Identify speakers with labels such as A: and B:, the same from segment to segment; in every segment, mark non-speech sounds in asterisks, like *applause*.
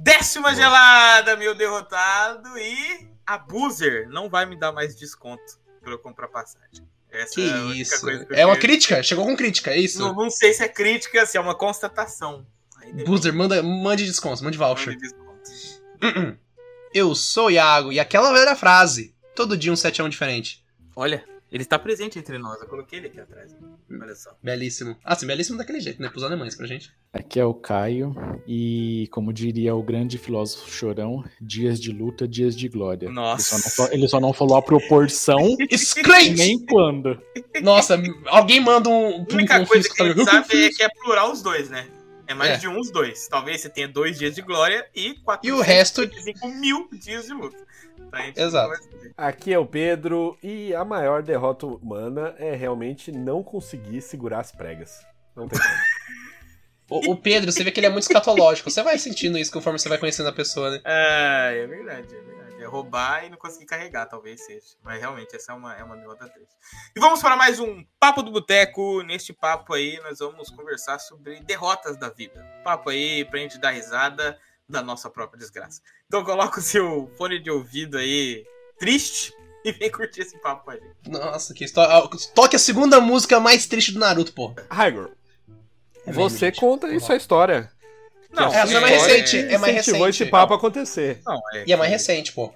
A: Décima gelada, meu derrotado. E a Boozer não vai me dar mais desconto pra eu comprar passagem. Essa
B: Que
A: é a única
B: isso.
A: coisa que eu
B: É uma
A: quero.
B: crítica? Chegou com crítica, é isso?
A: Não, não sei se é crítica, se é uma constatação. Aí depende
B: Boozer, manda, mande descontos, mande
A: do
B: voucher.
A: desconto.
B: Eu sou o Iago, e aquela velha frase. Todo dia um 7 a 1 diferente.
A: Olha, ele está presente entre nós. Eu coloquei ele aqui atrás. Olha só.
B: Belíssimo. Ah, sim, belíssimo daquele jeito, né? Pros alemães, pra
C: *laughs*
B: gente.
D: Aqui é o Caio e, como diria o grande filósofo Chorão, dias de luta, dias de glória. Ele só não,
A: Nossa.
D: fa- ele só não falou
A: *laughs*
D: a proporção e
B: Escrente!
D: nem quando.
B: Nossa, alguém manda um.
A: A única
B: um
A: coisa
B: confisco,
A: que a gente
B: ligado?
A: sabe é que é plural os dois, né? É mais
B: É.
A: de um os dois. Talvez você tenha dois dias de glória e
B: *laughs* E o resto.
A: 405 mil dias de luta. Tá, a gente
B: Exato.
A: não vai saber.
C: Aqui é o Pedro e a maior derrota humana é realmente não conseguir segurar as pregas. Não tem como.
B: O, o Pedro, você vê que ele é muito escatológico. Você vai sentindo isso conforme você vai conhecendo a pessoa, né?
A: Ah, é verdade, é verdade. É roubar e não conseguir carregar, talvez seja. Mas realmente, essa é uma, é uma derrota triste. E vamos para mais um Papo do Boteco. Neste papo aí, nós vamos conversar sobre derrotas da vida. Papo aí pra gente dar risada da nossa própria desgraça. Então coloca o seu fone de ouvido aí triste e vem curtir esse papo com a gente.
B: Nossa, que história. Ah, Toque a segunda música mais triste do Naruto, pô.
C: Igor,
B: É
C: você
B: mesmo, gente.
C: conta aí sua história.
A: Não,
B: Essa é mais recente.
C: Que
B: É mais
C: incentivou
B: recente.
C: esse papo a acontecer.
A: Não, é
B: E é mais
A: que-
B: recente, pô.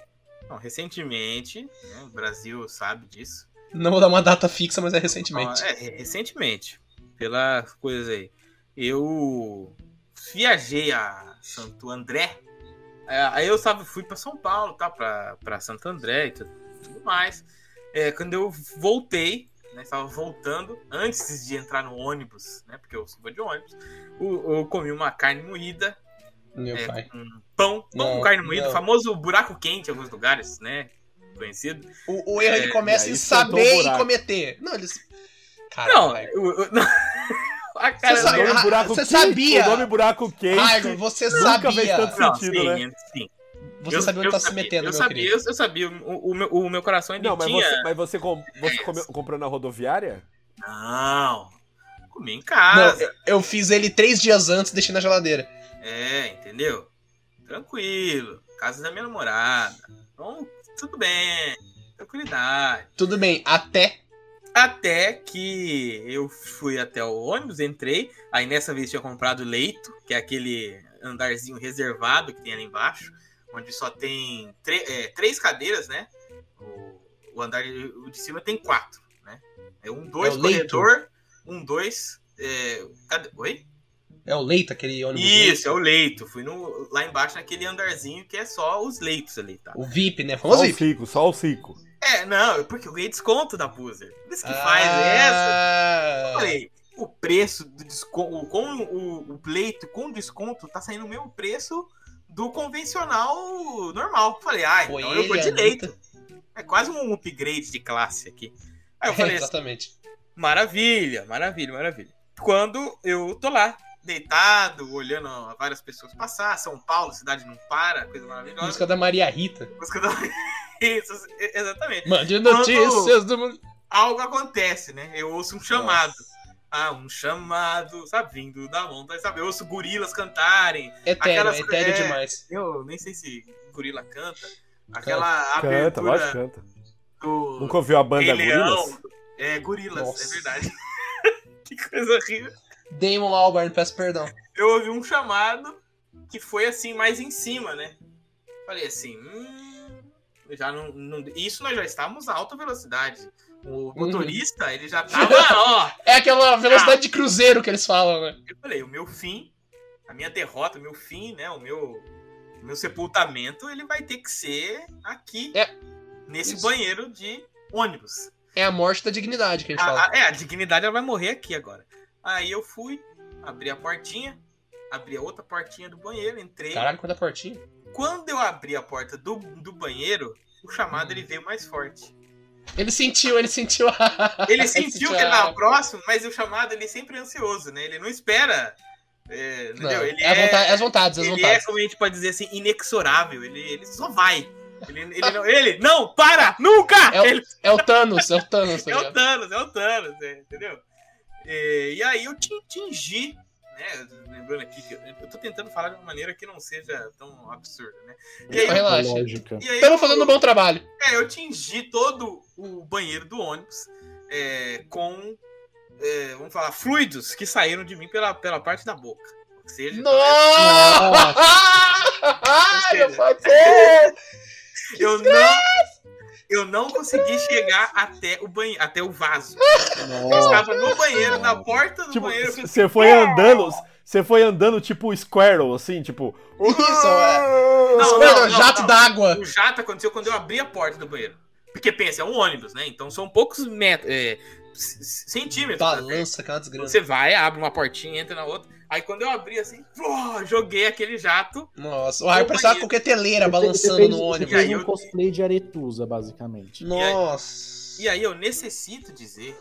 A: não, recentemente, né, o Brasil sabe disso.
B: Não vou dar uma data fixa, mas é recentemente.
A: Ah, É, re- recentemente. Pelas coisas aí. Eu viajei a Santo André. É, Aí eu sabe, fui para São Paulo, tá? Pra, pra Santo André e tudo, tudo mais. É, quando eu voltei, né? Estava voltando, antes de entrar no ônibus, né? Porque eu vou de ônibus. Eu, eu comi uma carne moída,
B: Meu
A: é,
B: pai.
A: com pão, pão
B: Não,
A: com carne moída,
B: não.
A: o famoso buraco quente em alguns lugares, né? Conhecido.
B: O, o erro
A: É,
B: é ele
D: e
B: começa
D: aí
B: em
D: sentou o
B: saber e
D: buraco.
B: cometer. Não, eles.
A: Não,
B: Caralho.
A: eu- eu- *laughs* a cara
B: sabe-
A: dele-
B: Ah, você sabia?
C: O nome buraco quente.
B: Raigo, você
C: Nunca fez
B: sabia.
C: tanto-
A: Não,
C: sentido,
A: sim,
C: né?
A: sim.
B: Você sabia onde tá se metendo,
A: eu
B: meu
A: sabia,
B: querido.
A: eu, eu sabia, o, o meu, o meu coração ainda
C: Não, mas
A: tinha...
C: você, mas você, com- você comeu- comprou na rodoviária?
A: Não, comi em
B: Não,
A: casa,
B: eu, eu fiz ele três dias antes e deixei na geladeira.
A: é, entendeu? Tranquilo, casa da minha namorada, então tudo bem, tranquilidade.
B: Tudo bem, até.
A: Até que eu fui até o ônibus, entrei, aí nessa vez tinha comprado leito, que é aquele andarzinho reservado que tem ali embaixo, onde só tem tre- é, três cadeiras, né? O, o andar de, o de cima tem quatro, né? É um dois
B: É o leito.
A: corredor, um dois. É, cade- Oi?
B: É o leito, aquele ônibus.
A: Isso, é o leito. Fui no, lá embaixo naquele andarzinho que é só os leitos ali, tá?
B: O VIP, né? Famoso
C: Só o
B: VIP.
C: Cico, só o Cico.
A: É, não, é porque eu ganhei desconto da Boozer. Por isso que faz
B: Ah,
A: é essa. Eu falei, o preço do desconto, com o, o pleito com desconto, tá saindo o mesmo preço do convencional normal. Eu Falei, ah,
B: Foi
A: então eu vou
B: ele,
A: de
B: Anitta.
A: leito. É quase um upgrade de classe aqui. Aí eu
B: É,
A: falei, assim,
B: exatamente.
A: maravilha, maravilha, maravilha. Quando eu tô lá, deitado, olhando várias pessoas passar, São Paulo, cidade não para, coisa maravilhosa.
B: Música da Maria Rita.
A: Música da... *laughs* Isso, exatamente
B: Mande
A: Quando-
B: notícias do mundo.
A: algo acontece, né? Eu ouço um chamado. Ah, um chamado, sabe, vindo da montanha, sabe? Eu ouço gorilas cantarem.
B: Etéreo,
A: Aquelas-
B: etéreo
A: é.
B: demais.
A: Eu nem sei se gorila canta. Aquela
C: Canta, lógico
A: abertura
C: que canta.
A: do
C: Nunca ouviu a
A: Rei
C: banda Gorilas?
A: Leão. É, gorilas,
B: Nossa.
A: é verdade. *laughs* que coisa horrível.
B: Damon Albarn, peço perdão.
A: eu ouvi um chamado que foi assim, mais em cima, né? Falei assim, hum, já não, não- Isso nós já estávamos a alta velocidade. O
C: Uhum.
A: motorista, ele já tava, ó.
B: É aquela
A: Ah.
B: velocidade de cruzeiro que eles falam, né?
A: Eu falei, o meu fim, a minha derrota, o meu fim, né? O meu, o meu sepultamento, ele vai ter que ser aqui,
B: É.
A: nesse
B: Isso.
A: banheiro de ônibus.
B: É a morte da dignidade que eles falam.
A: A- a- é, a dignidade ela vai morrer aqui agora. Aí eu fui, abri a portinha, abri a outra portinha do banheiro, entrei.
B: Caralho, quanta portinha.
A: Quando eu abri a porta do, do banheiro, o chamado
B: Hum.
A: ele veio mais forte.
B: Ele sentiu, ele sentiu.
A: Ele sentiu que ele tava próximo, mas o chamado ele sempre é ansioso, né? Ele não espera. é,
B: *laughs* Não,
A: entendeu? ele
B: é, a vontade- é as vontades, as
A: Ele é,
B: vontades.
A: como a gente pode dizer assim, inexorável. Ele, ele só vai. Ele, ele não, ele, não, para! Nunca!
B: É o-
A: ele,
B: É... o Thanos, é o Thanos. tá
A: é o
B: ligado?
A: Thanos, é o Thanos, é, entendeu? É, E, aí eu te tingi né, lembrando aqui que eu, eu tô tentando falar de uma maneira que não seja tão absurda, né? E aí,
B: Relaxa.
D: é Lógica.
A: e aí
B: Estamos fazendo um bom trabalho.
A: é, eu tingi todo o banheiro do ônibus é, com, é, vamos falar, fluidos que saíram de mim pela, pela parte da boca. Ou seja,
B: Nossa! Não pode
A: né?
B: ser!
A: eu não, eu não consegui chegar até o, banhe, até o vaso.
B: tá
A: Eu estava no banheiro, na porta do
C: Tipo,
A: banheiro. eu fiz-
C: você foi andando, você foi andando tipo Squirrel, assim, tipo.
B: Isso, é.
A: Não,
B: Espera,
A: não, não,
B: jato
A: não.
B: d'água.
A: O jato aconteceu quando eu abri a porta do banheiro. Porque pensa, é um ônibus, né? Então são poucos metros, é, c- c- centímetros. até.
B: Balança, aquela desgraça.
A: Você vai, abre uma portinha, entra na outra. Aí quando eu abri assim, uó, joguei aquele jato.
B: Nossa, o ar parecia uma coqueteleira
D: Você
B: balançando
D: fez-
B: no
D: você
B: ônibus.
A: E aí
D: fez um
A: eu-
D: cosplay de Aretusa, basicamente.
B: Nossa.
A: E aí eu necessito dizer,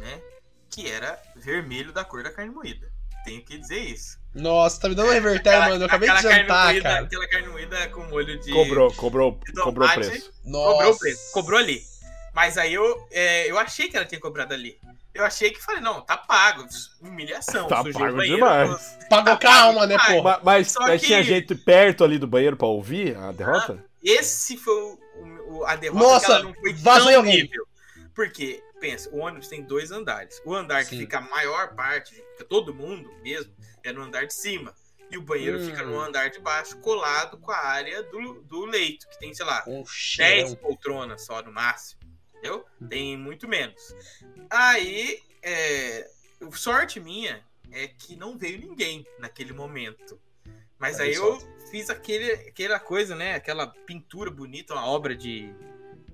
A: né? Que era vermelho da cor da carne moída. Tenho que dizer isso.
B: Nossa, tá me dando um reverter,
A: Aquela-
B: mano. Eu acabei de
A: aquela carne
B: jantar,
A: moída,
B: cara.
A: Aquela carne moída com molho de.
C: Cobrou, cobrou,
A: Tomate.
C: cobrou o preço.
B: Nossa.
A: Cobrou o preço. Cobrou ali. Mas aí eu, é, eu achei que ela tinha cobrado ali. Eu achei que falei, não, tá pago. Humilhação.
C: Tá
A: sujei o
C: pago
A: banheiro,
C: demais.
B: Pagou com a alma, né,
A: Ai,
B: porra?
C: Ma- Mas,
A: Só
C: mas
A: que- Ah,
C: tinha gente perto ali do banheiro pra ouvir a derrota?
A: Esse foi o, o- a derrota
B: Nossa,
A: que ela não foi
B: vazou em
A: tão
B: alguém.
A: horrível. Porque, pensa, o ônibus tem dois andares. O andar
B: Sim.
A: que fica a maior parte, fica todo mundo mesmo, é no andar de cima. E o banheiro
B: Hum.
A: fica no andar de baixo, colado com a área do, do leito, que tem, sei lá,
B: Um Uhum.
A: 10
B: cheirão.
A: poltronas só no máximo. Entendeu? Tem muito menos. Aí, é, sorte minha é que não veio ninguém naquele momento. Mas
B: Olha
A: aí
B: só.
A: eu fiz aquele, aquela coisa, né? Aquela pintura bonita, uma obra de,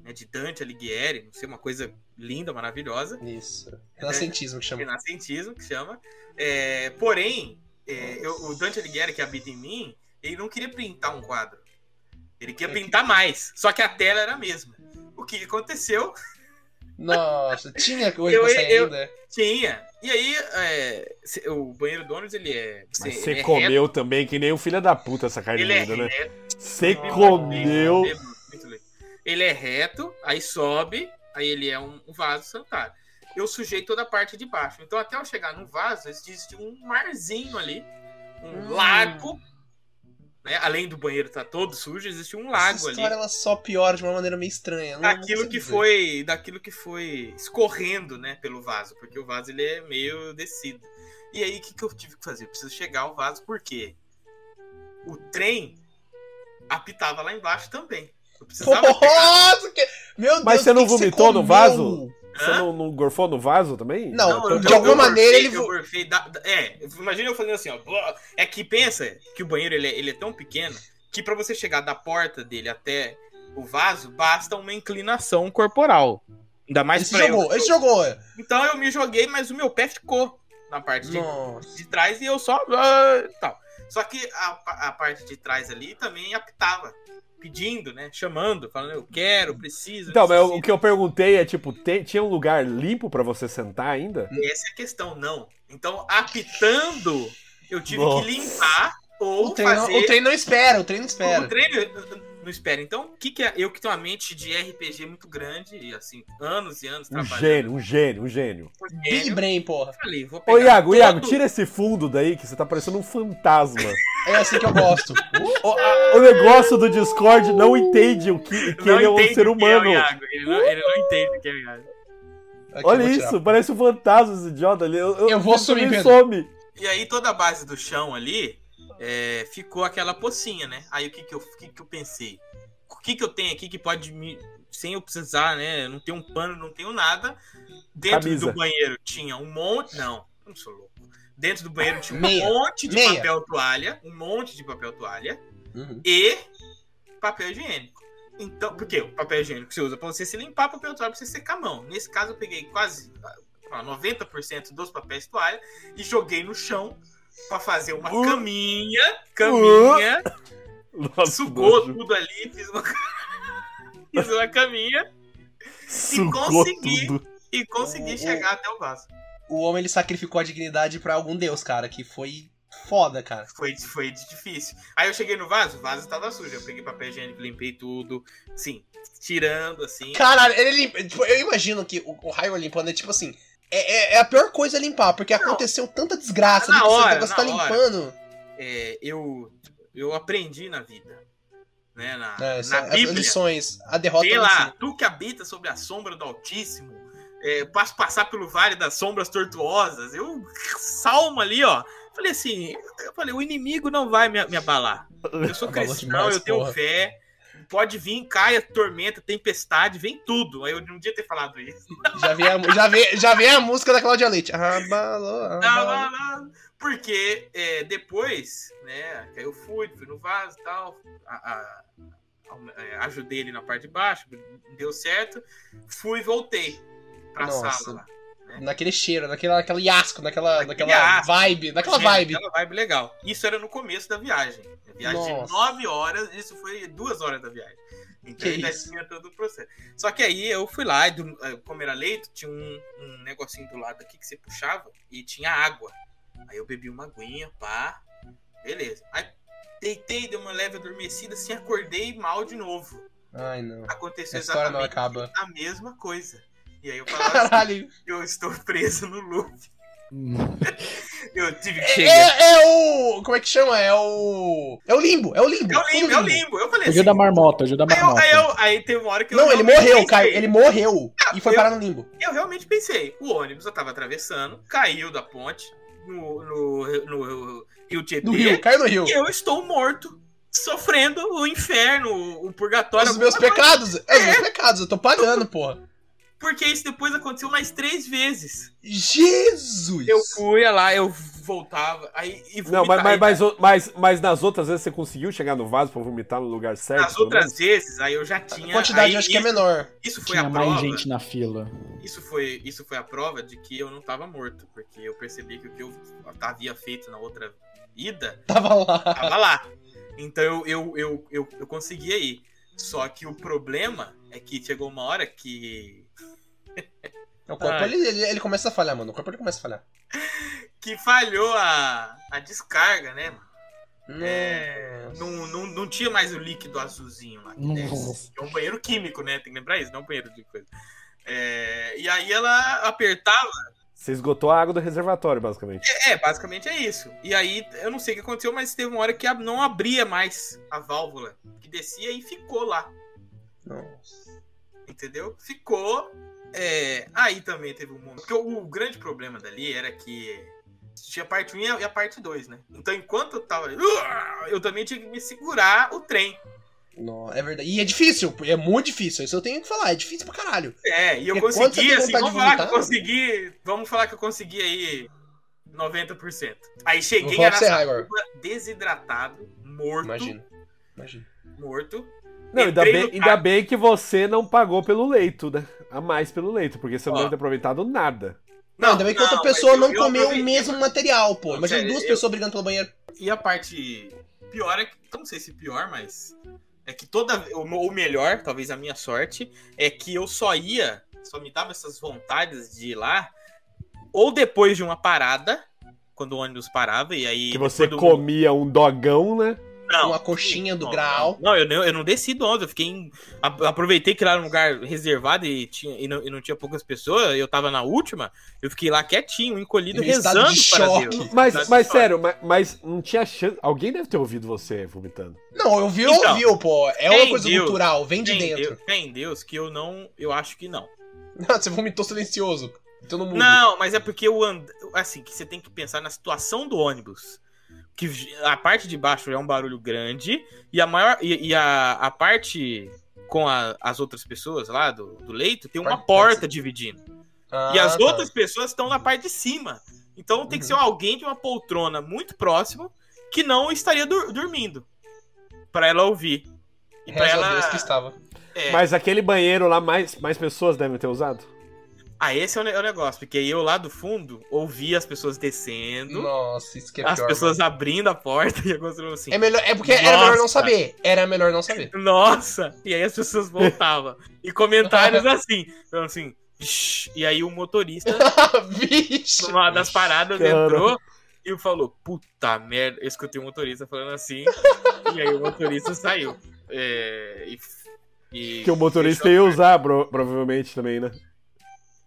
A: né, de Dante Alighieri, não sei, uma coisa linda, maravilhosa
B: Isso.
A: É.
B: Renascentismo que chama.
A: renascentismo que chama. É, porém, é, eu- o Dante Alighieri, que habita em mim, ele não queria printar um quadro. Ele queria pintar mais. Só que a tela era a mesma. O que aconteceu?
B: Nossa, tinha coisa
A: Eu-
B: pra sair
A: eu-
B: ainda.
A: Tinha. E aí, é, se- o banheiro do ônibus, ele é.
C: Mas
A: ele
C: você
A: é
C: comeu também, que nem o filho da puta essa
A: reto,
C: carne
A: Ele é
C: moída, né?
A: reto.
C: Você
A: é
B: Nossa.
C: comeu.
A: Ele é reto, aí sobe, aí ele é um um vaso sanitário. Eu sujei toda a parte de baixo. Então, até eu chegar no vaso, existe um marzinho ali, um
B: Hum.
A: lago. né? Além do banheiro estar todo sujo, existe um lago
B: Essa
A: ali.
B: história ela só piora de uma maneira meio estranha. Não- não
A: Daquilo
B: consigo
A: que
B: Ah, dizer.
A: foi, daquilo que foi escorrendo, né, pelo vaso, porque o vaso ele é meio descido. E aí o que, que eu tive que fazer? Eu preciso chegar ao vaso porque o trem apitava lá embaixo também. Eu precisava chegar.
B: Nossa, que... Meu Deus,
C: Mas você
B: o que
C: não
B: que
C: vomitou no
B: comeu?
C: vaso? Você
A: Hã?
C: não, não gorfou no vaso
B: Não,
C: também?
A: é Não, eu-
C: eu,
B: de alguma
A: eu gorfei,
B: maneira ele
A: eu
B: vo-
A: gorfei da- da- é, imagina eu fazendo assim, ó. blá. É que pensa que o banheiro ele é, ele é tão pequeno que pra você chegar da porta dele até o vaso basta uma inclinação corporal. Ainda mais
B: Ele se
A: pra eu-
B: jogou, ele se jogou.
A: Então eu me joguei, mas o meu pé ficou na parte de,
B: Nossa.
A: de trás e eu só. ah, tal. Só que a, pa- a parte de trás ali também apitava, pedindo, né? Chamando, falando, eu quero, preciso.
C: Então, mas
A: preciso.
C: o que eu perguntei é, tipo, te- tinha um lugar limpo pra você sentar ainda?
A: Essa é a questão, não. Então, apitando, eu tive
C: Nossa.
A: que limpar ou
B: O trem, não,
A: fazer.
B: o trem não espera, o trem não
A: O
B: espera.
A: treino não espera. Então, o que, que é? Eu que tenho uma mente de RPG muito grande, e assim, anos e anos
C: Um
A: trabalhando.
C: gênio, um gênio, um gênio.
A: com
B: Big
A: gênio,
B: Brain, porra.
A: Falei, vou pegar
C: Ô, Iago, Iago,
A: todo-
C: tira esse fundo daí que você tá parecendo um fantasma.
B: É assim que eu
C: *laughs*
B: gosto.
C: o, a- o negócio do Discord não entende o que, que
A: Não
C: ele é um
A: entende
C: ser
A: o que é o
C: humano.
A: Iago, ele, não, ele não entende o que é o Iago.
B: Aqui,
C: Olha
B: eu vou tirar.
C: isso, parece um fantasma esse idiota ali. Eu,
B: Eu vou
C: ele
B: sumir,
C: também
B: Pedro.
C: some.
A: E aí toda a base do chão ali é, ficou aquela pocinha, né? Aí o que que eu, o que que eu pensei? O que que eu tenho aqui que pode me... Sem eu precisar, né? Eu não tenho um pano, não tenho nada. Dentro
C: Camisa.
A: do banheiro tinha um monte... Não, eu não sou louco. Dentro do banheiro tinha um
B: Meia.
A: monte de
B: Meia.
A: papel toalha. Um monte de papel toalha.
B: Uhum.
A: E papel higiênico. Então, porque o papel higiênico você usa pra você se limpar, papel toalha pra você secar a mão. Nesse caso, eu peguei quase ah, 90% dos papéis toalha e joguei no chão pra fazer uma
C: Uh. Tá
A: caminha,
C: *laughs*
A: caminha,
C: Nossa,
A: sugou
C: nojo.
A: tudo ali, fiz uma, *laughs* fiz uma caminha
C: Sugou
A: consegui.
C: tudo.
A: e consegui
B: Uh, uh.
A: chegar até o vaso.
B: O homem ele sacrificou a dignidade pra algum deus, cara, que foi foda, cara.
A: Foi, foi difícil. Aí eu cheguei no vaso, o vaso tava sujo. Eu peguei papel higiênico, limpei tudo, sim, tirando assim.
B: Caralho, ele limpa. tipo, eu imagino que o, o Hyrule limpando é tipo assim: É, é- é a pior coisa é limpar, porque aconteceu tanta desgraça
A: Ah, Na
B: ali que
A: hora,
B: você, você
A: na
B: tá
A: hora.
B: limpando.
A: É, eu, eu aprendi na vida, né? Na,
B: É,
A: na
B: são- as- as
A: Bíblia.
B: lições, a derrota
A: Sei
B: não
A: lá,
B: ensina.
A: tu que habita sobre a sombra do Altíssimo, é, passo passar pelo vale das sombras tortuosas. Eu, salmo ali, ó. Falei assim, eu falei, o inimigo não vai me, me abalar. Eu sou
B: *laughs* Abalou
A: cristão,
B: demais,
A: eu tenho
B: porra.
A: fé. Pode vir, caia, tormenta, tempestade, vem tudo. Aí eu não devia ter falado isso.
B: Já vem, a, já, vem, já vem a música da Cláudia Leite. Ah, Abalou,
A: Lá,
B: abalou.
A: lá, lá. Porque é, depois, né, que aí eu fui, fui no vaso e tal, a- a- a- é, ajudei ele na parte de baixo, deu certo, fui e voltei pra
B: Nossa.
A: sala lá.
B: Naquele cheiro, naquela, naquela iasco, naquela,
A: Naquele
B: naquela
A: asco.
B: vibe, naquela
A: Gente,
B: vibe.
A: Aquela vibe legal. Isso era no começo da viagem. A viagem
B: Nossa.
A: de 9 horas, isso foi duas horas da viagem. Então
B: Que
A: ainda
B: isso.
A: tinha todo o processo. Só que aí eu fui lá, e do, eh, como era leito, tinha um, um negocinho do lado aqui que você puxava e tinha água. Aí eu bebi uma aguinha, pá, beleza. Aí deitei, dei uma leve adormecida, assim, acordei mal de novo.
B: Ai, não.
A: Aconteceu
B: A história não
A: exatamente
B: acaba.
A: a mesma coisa. E aí eu falava
B: *laughs*
A: assim,
B: Caralho.
A: eu estou preso no loop.
D: Hum.
A: Eu tive que
B: É,
A: chegar.
B: é o. Como é que chama? É o. É o limbo, é o limbo.
A: Eu limbo, eu
B: Todo limbo.
A: limbo. Eu falei assim.
D: Ajuda a marmota, ajuda
A: Aí,
D: a
A: eu,
D: marmota.
A: aí, eu- aí teve uma hora que eu.
B: Não, ele
A: realmente
B: morreu,
A: pensei.
B: Caio. Ele morreu e foi
A: eu-
B: parar no limbo.
A: Eu realmente pensei. O ônibus eu tava atravessando, caiu da ponte no, no, no Rio Tietê.
B: No rio, caiu no rio.
A: E eu estou morto, sofrendo o inferno, o purgatório.
B: Os meus
A: alguma coisa.
B: pecados, é os meus pecados, eu tô pagando, porra.
A: Porque isso depois aconteceu mais três vezes.
B: Jesus!
A: Eu fui ia lá, eu voltava. Aí, e
C: Não,
A: vomitava.
C: mas, mas, mas, o- mas, mas nas outras vezes você conseguiu chegar no vaso pra vomitar no lugar certo?
A: Nas
C: pelo
A: outras vezes, aí eu já tinha.
B: a quantidade
A: aí,
B: eu acho que é
A: isso,
B: menor.
A: isso foi
D: Tinha
A: a prova.
D: mais gente na fila.
A: Isso foi, isso foi a prova de que eu não tava morto, porque eu percebi que o que eu havia feito na outra
B: *laughs*
A: ida
B: Tava lá.
A: tava lá. Então eu, eu, eu, eu, eu consegui aí. Só que o problema é que chegou uma hora que.
B: O corpo
A: Ai.
B: ele, ele, ele começa a falhar, mano. O corpo ele começa a falhar.
A: que falhou a, a descarga, né, mano? É,
B: Nossa.
A: não, não, não tinha mais o líquido azulzinho lá. que desce.
D: Nossa.
A: É um banheiro químico, né? Tem que lembrar isso, não é um banheiro de coisa. É, e aí ela apertava.
C: menos. Você esgotou a água do reservatório, basicamente.
A: É, basicamente é isso. E aí, eu não sei o que aconteceu, mas teve uma hora que a- não abria mais a válvula, que descia e ficou lá,
B: Nossa.
A: entendeu? Ficou. é, Aí também teve um momento. Porque o, o grande problema dali era que tinha a parte 1 e a- e a parte 2, né? Então, enquanto eu tava. Eu também tinha que me segurar o trem.
B: Não, é verdade. E é difícil, é muito difícil. Isso eu tenho que falar, é difícil pra caralho.
A: É, e eu
B: Porque quando você
A: consegui,
B: tem
A: assim,
B: vontade
A: vamos
B: de
A: falar que eu
B: vomitar-
A: consegui. Vamos falar que eu consegui aí 90%. Aí
B: Vou
A: cheguei em
B: falar pra você,
A: Araçatuba,
B: Raigor.
A: desidratado, morto.
B: Imagina. Imagina.
A: morto.
C: Não, ainda
A: Entrei
C: bem,
A: no
C: ainda bem que você não pagou pelo leito, né? A mais pelo leito, porque você não
A: Ó.
C: deve ter aproveitado nada.
B: Não, ainda bem que outra
A: mas é
B: pessoa
A: eu-
B: não
A: eu
B: comeu o
A: aproveitei.
B: mesmo material, pô.
A: Não,
B: Imagina
A: sério,
B: duas
A: eu-
B: pessoas brigando pelo banheiro.
A: E a parte pior é que, eu não sei se pior, mas é que toda, ou ou melhor, talvez a minha sorte, é que eu só ia, só me dava essas vontades de ir lá, ou depois de uma parada, quando o ônibus parava, e aí...
C: Que você
A: depois do-
C: comia um dogão, né?
A: Não,
B: Uma coxinha do
A: não,
B: grau.
A: Não, eu, não, eu não desci do ônibus, eu fiquei em- a- aproveitei que lá era um lugar reservado e, tinha, e, não, e não tinha poucas pessoas, eu tava na última, eu fiquei lá quietinho, encolhido,
B: Em estado
A: rezando
B: de
A: para
B: choque.
A: Deus. Estado
C: Mas,
A: de
C: mas
A: choque.
C: sério, mas, mas não tinha chance. Alguém deve ter ouvido você vomitando.
B: Não, eu vi,
A: Então,
B: ouviu, pô. É uma
A: tem
B: coisa
A: Deus,
B: cultural, vem de
A: Fé em
B: dentro.
A: Deus- fé em Deus que eu não. Eu acho que não.
B: *laughs* Não, Ah, você vomitou silencioso. Então Todo mundo.
A: Não, mas é porque o and... assim, que você tem que pensar na situação do ônibus. Que j- a parte de baixo é um barulho grande e a maior e, e a, a parte com a- as outras pessoas lá do, do leito tem uma
B: Parte-
A: porta dividindo.
B: Ah,
A: e as
B: tá. Uhum.
A: outras pessoas estão na parte de cima. Então tem que ser alguém de uma poltrona muito próximo que não estaria dur- dormindo Pra ela ouvir. E pra
B: Reza a
A: ela
B: Deus que estava.
A: é,
C: Mas aquele banheiro lá, mais, mais pessoas devem ter usado?
A: Ah, esse é o, ne- é o negócio, porque eu lá do fundo ouvi as pessoas descendo,
B: Nossa, isso que é
A: Hum? as
B: pior.
A: pessoas abrindo a porta *laughs* e aconteceu assim.
B: mano. É, melhor, é porque era melhor não
A: Nossa.
B: saber. Era melhor
A: *laughs*
B: não saber.
A: Nossa! E aí as pessoas voltavam. e
B: *laughs*
A: comentários assim, falando assim. "Shh", E aí o motorista,
B: Vixe.
A: numa das paradas,
C: Cara.
A: entrou e falou: Puta merda, eu escutei o motorista falando assim. e aí o motorista saiu. É, e, e-
C: Que o motorista ia usar, pro- provavelmente também, né?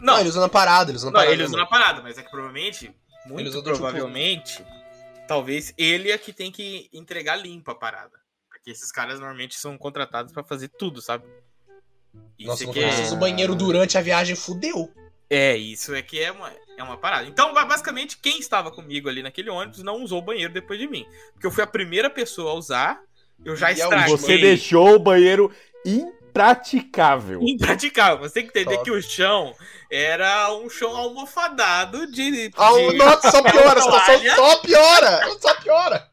B: Não,
A: Não,
B: ele usou na parada, ele usou na
A: não,
B: parada.
A: ele usou na parada, mas é que provavelmente, muito
B: usou do
A: provavelmente, talvez ele é que tem que entregar limpa a parada. Porque esses caras normalmente são contratados pra fazer tudo, sabe? Isso
B: Nossa,
A: é
B: não
A: que
B: foi
A: é-
B: preciso banheiro durante a
A: *laughs*
B: viagem, fudeu.
A: É, isso é que é uma, é uma parada. Então, ba- basicamente, quem estava comigo ali naquele ônibus não usou o banheiro depois de mim. Porque eu fui a primeira pessoa a usar, eu já
B: E é o-
A: estraguei. *laughs*
C: Você deixou o banheiro impraticável.
A: Impraticável. Você tem que entender
B: Top.
A: que o chão era um chão almofadado de. de-
B: Ah, o- nossa,
A: *laughs*
B: só piora, a situação
A: Olha.
B: só piora, só piora.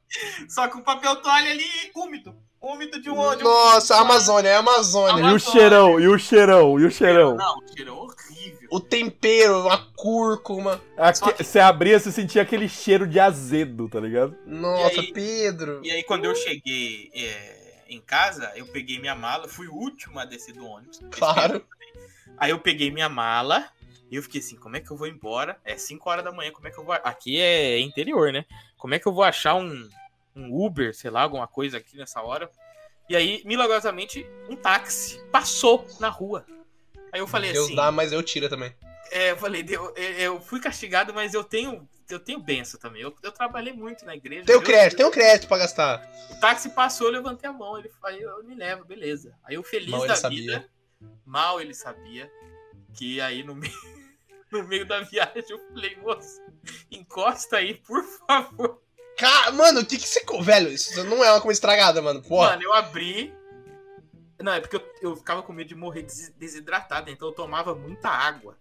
A: Só que o papel toalha ali úmido. Úmido de um de um-
B: Nossa, a Amazônia, é a Amazônia.
C: E o
A: né?
C: cheirão, e o cheirão, e o cheirão.
A: Não, cheiro horrível.
B: O tempero, a cúrcuma.
A: Só
C: Aque-
A: que-
C: Você abria, você sentia aquele cheiro de azedo, tá ligado?
B: Nossa,
A: E aí-
B: Pedro.
A: E aí, quando eu cheguei é, em casa, eu peguei minha mala, fui o último a descer do ônibus.
B: Claro.
A: Aí eu peguei minha mala e eu fiquei assim, como é que eu vou embora? É 5 horas da manhã, como é que eu vou... Aqui é interior, né? Como é que eu vou achar um, um Uber, sei lá, alguma coisa aqui nessa hora? E aí, milagrosamente, um táxi passou na rua. Aí eu falei
B: Deus
A: assim...
B: dá, mas eu tiro também.
A: É, eu falei, eu, eu fui castigado, mas eu tenho... Eu tenho benção também. Eu, eu trabalhei muito na igreja.
B: Tem o
A: Deus-
B: crédito, tem o crédito pra gastar.
A: o táxi passou, eu levantei a mão, ele aí eu me levo, beleza. Aí eu feliz
B: Mal ele
A: da
B: sabia.
A: vida, mal ele sabia, que aí no meio, *laughs* no meio da viagem eu falei, moço, encosta aí, por favor.
B: Cara, mano, o que que você... co- Velho, isso não é uma comida estragada, mano. Porra.
A: Mano, eu abri. Não, é porque eu, eu ficava com medo de morrer des- desidratado, então eu tomava muita água.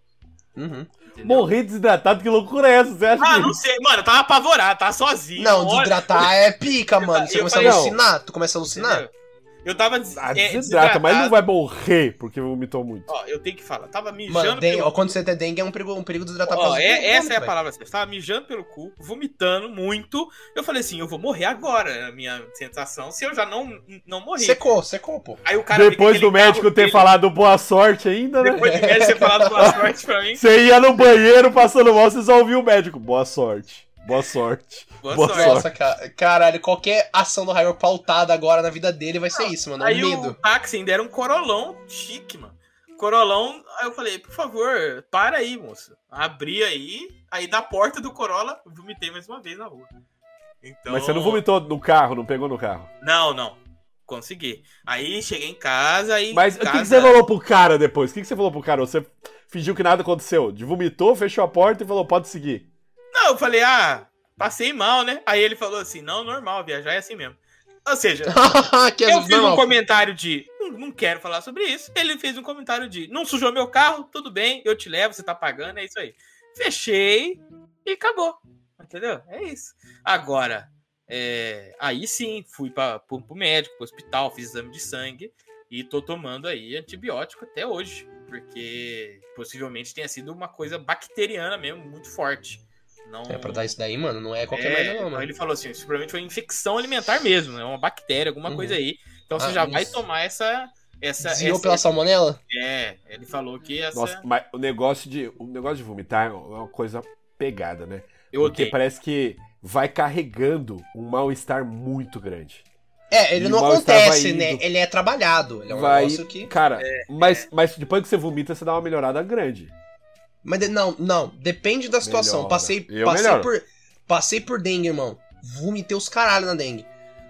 B: Uhum.
A: entendeu?
C: Morrer desidratado, que loucura é essa? Você acha
A: Ah,
C: que...
A: não sei, mano, eu tava apavorado, tava sozinho.
B: Não,
A: olha,
B: desidratar é pica, mano. Você
A: eu assim,
B: começa
C: falei,
B: a
C: não.
B: alucinar, tu começa a alucinar.
A: entendeu? Eu tava des-
C: Ah,
A: é,
C: desidrata, mas não
A: desidratado.
C: vai morrer, porque vomitou muito.
A: Ó, eu tenho que falar, tava mijando
B: Mano, dengue,
A: pelo
B: ó, quando você tem dengue é um perigo, um perigo desidratar
A: Ó,
B: pra-
A: é- essa é a
B: velho.
A: palavra certa. Eu Tava mijando pelo cu, vomitando muito. Eu falei assim, eu vou morrer agora, é a minha sensação, se eu já não, não morri.
B: Secou, secou, pô.
A: Aí o cara veio com
C: Depois
A: aquele
C: do médico
A: carro
C: ter
A: dele-
C: falado boa sorte ainda, né?
A: Depois do médico ter falado
B: *laughs*
A: boa sorte pra mim.
C: Você ia no banheiro passando mal, você só ouviu o médico. Boa sorte. Boa sorte.
A: Boa
C: Boa
A: sorte.
B: Nossa, cara, caralho, qualquer ação do Hyrule pautada agora na vida dele vai ser isso, mano. Um
A: Aí
B: medo.
A: o táxi ainda era um corolão chique, mano. Corolão, aí eu falei, por favor, para aí, moço. Abri aí, aí da porta do Corolla, eu vomitei mais uma vez na rua. Então...
C: Mas você não vomitou no carro, não pegou no carro.
A: Não, não. Consegui. Aí cheguei em casa e. em
C: Mas o que, que
A: casa-
C: você falou pro cara depois? O que, que você falou pro cara? Você fingiu que nada aconteceu. De vomitou, fechou a porta e falou, pode seguir.
A: Não, eu falei, ah, passei mal, né? Aí ele falou assim, não, normal, viajar é assim mesmo. Ou seja,
B: *laughs* que é
A: eu fiz um
B: normal.
A: comentário de, não, não quero falar sobre isso. Ele fez um comentário de, não sujou meu carro, tudo bem, eu te levo, você tá pagando, é isso aí. Fechei e acabou, entendeu? É isso. Agora, é, aí sim, fui pra, pro, pro médico, pro hospital, fiz exame de sangue e tô tomando aí antibiótico até hoje. Porque possivelmente tenha sido uma coisa bacteriana mesmo, muito forte. Não...
B: É, pra dar isso daí, mano, não é qualquer
A: É,
B: merda não,
A: então
B: mano.
A: Ele falou assim, isso provavelmente foi infecção alimentar mesmo, é uma bactéria, alguma
B: Uhum.
A: coisa aí. Então
B: Ah,
A: você já vai
B: nossa.
A: tomar essa essa,
B: Desviou
A: essa
B: pela salmonela?
A: é, ele falou que essa
C: Nossa, mas o negócio de, o negócio de vomitar é uma coisa pegada, né?
A: eu
C: Porque
A: odeio.
C: parece que vai carregando um mal-estar muito grande.
B: É, ele
C: E
B: não
C: o mal-estar
B: acontece,
C: vai
B: né?
C: indo.
B: Ele é trabalhado. Ele é um
C: Vai-
B: negócio que.
C: Cara,
A: é,
C: mas, mas depois que você vomita, você dá uma melhorada grande.
B: Mas de- não, não, depende da situação.
C: Melhora.
B: Passei,
C: Eu
B: passei
C: melhoro.
B: por. Passei por dengue, irmão. Vomitei os caralho na dengue.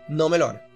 B: Não melhora.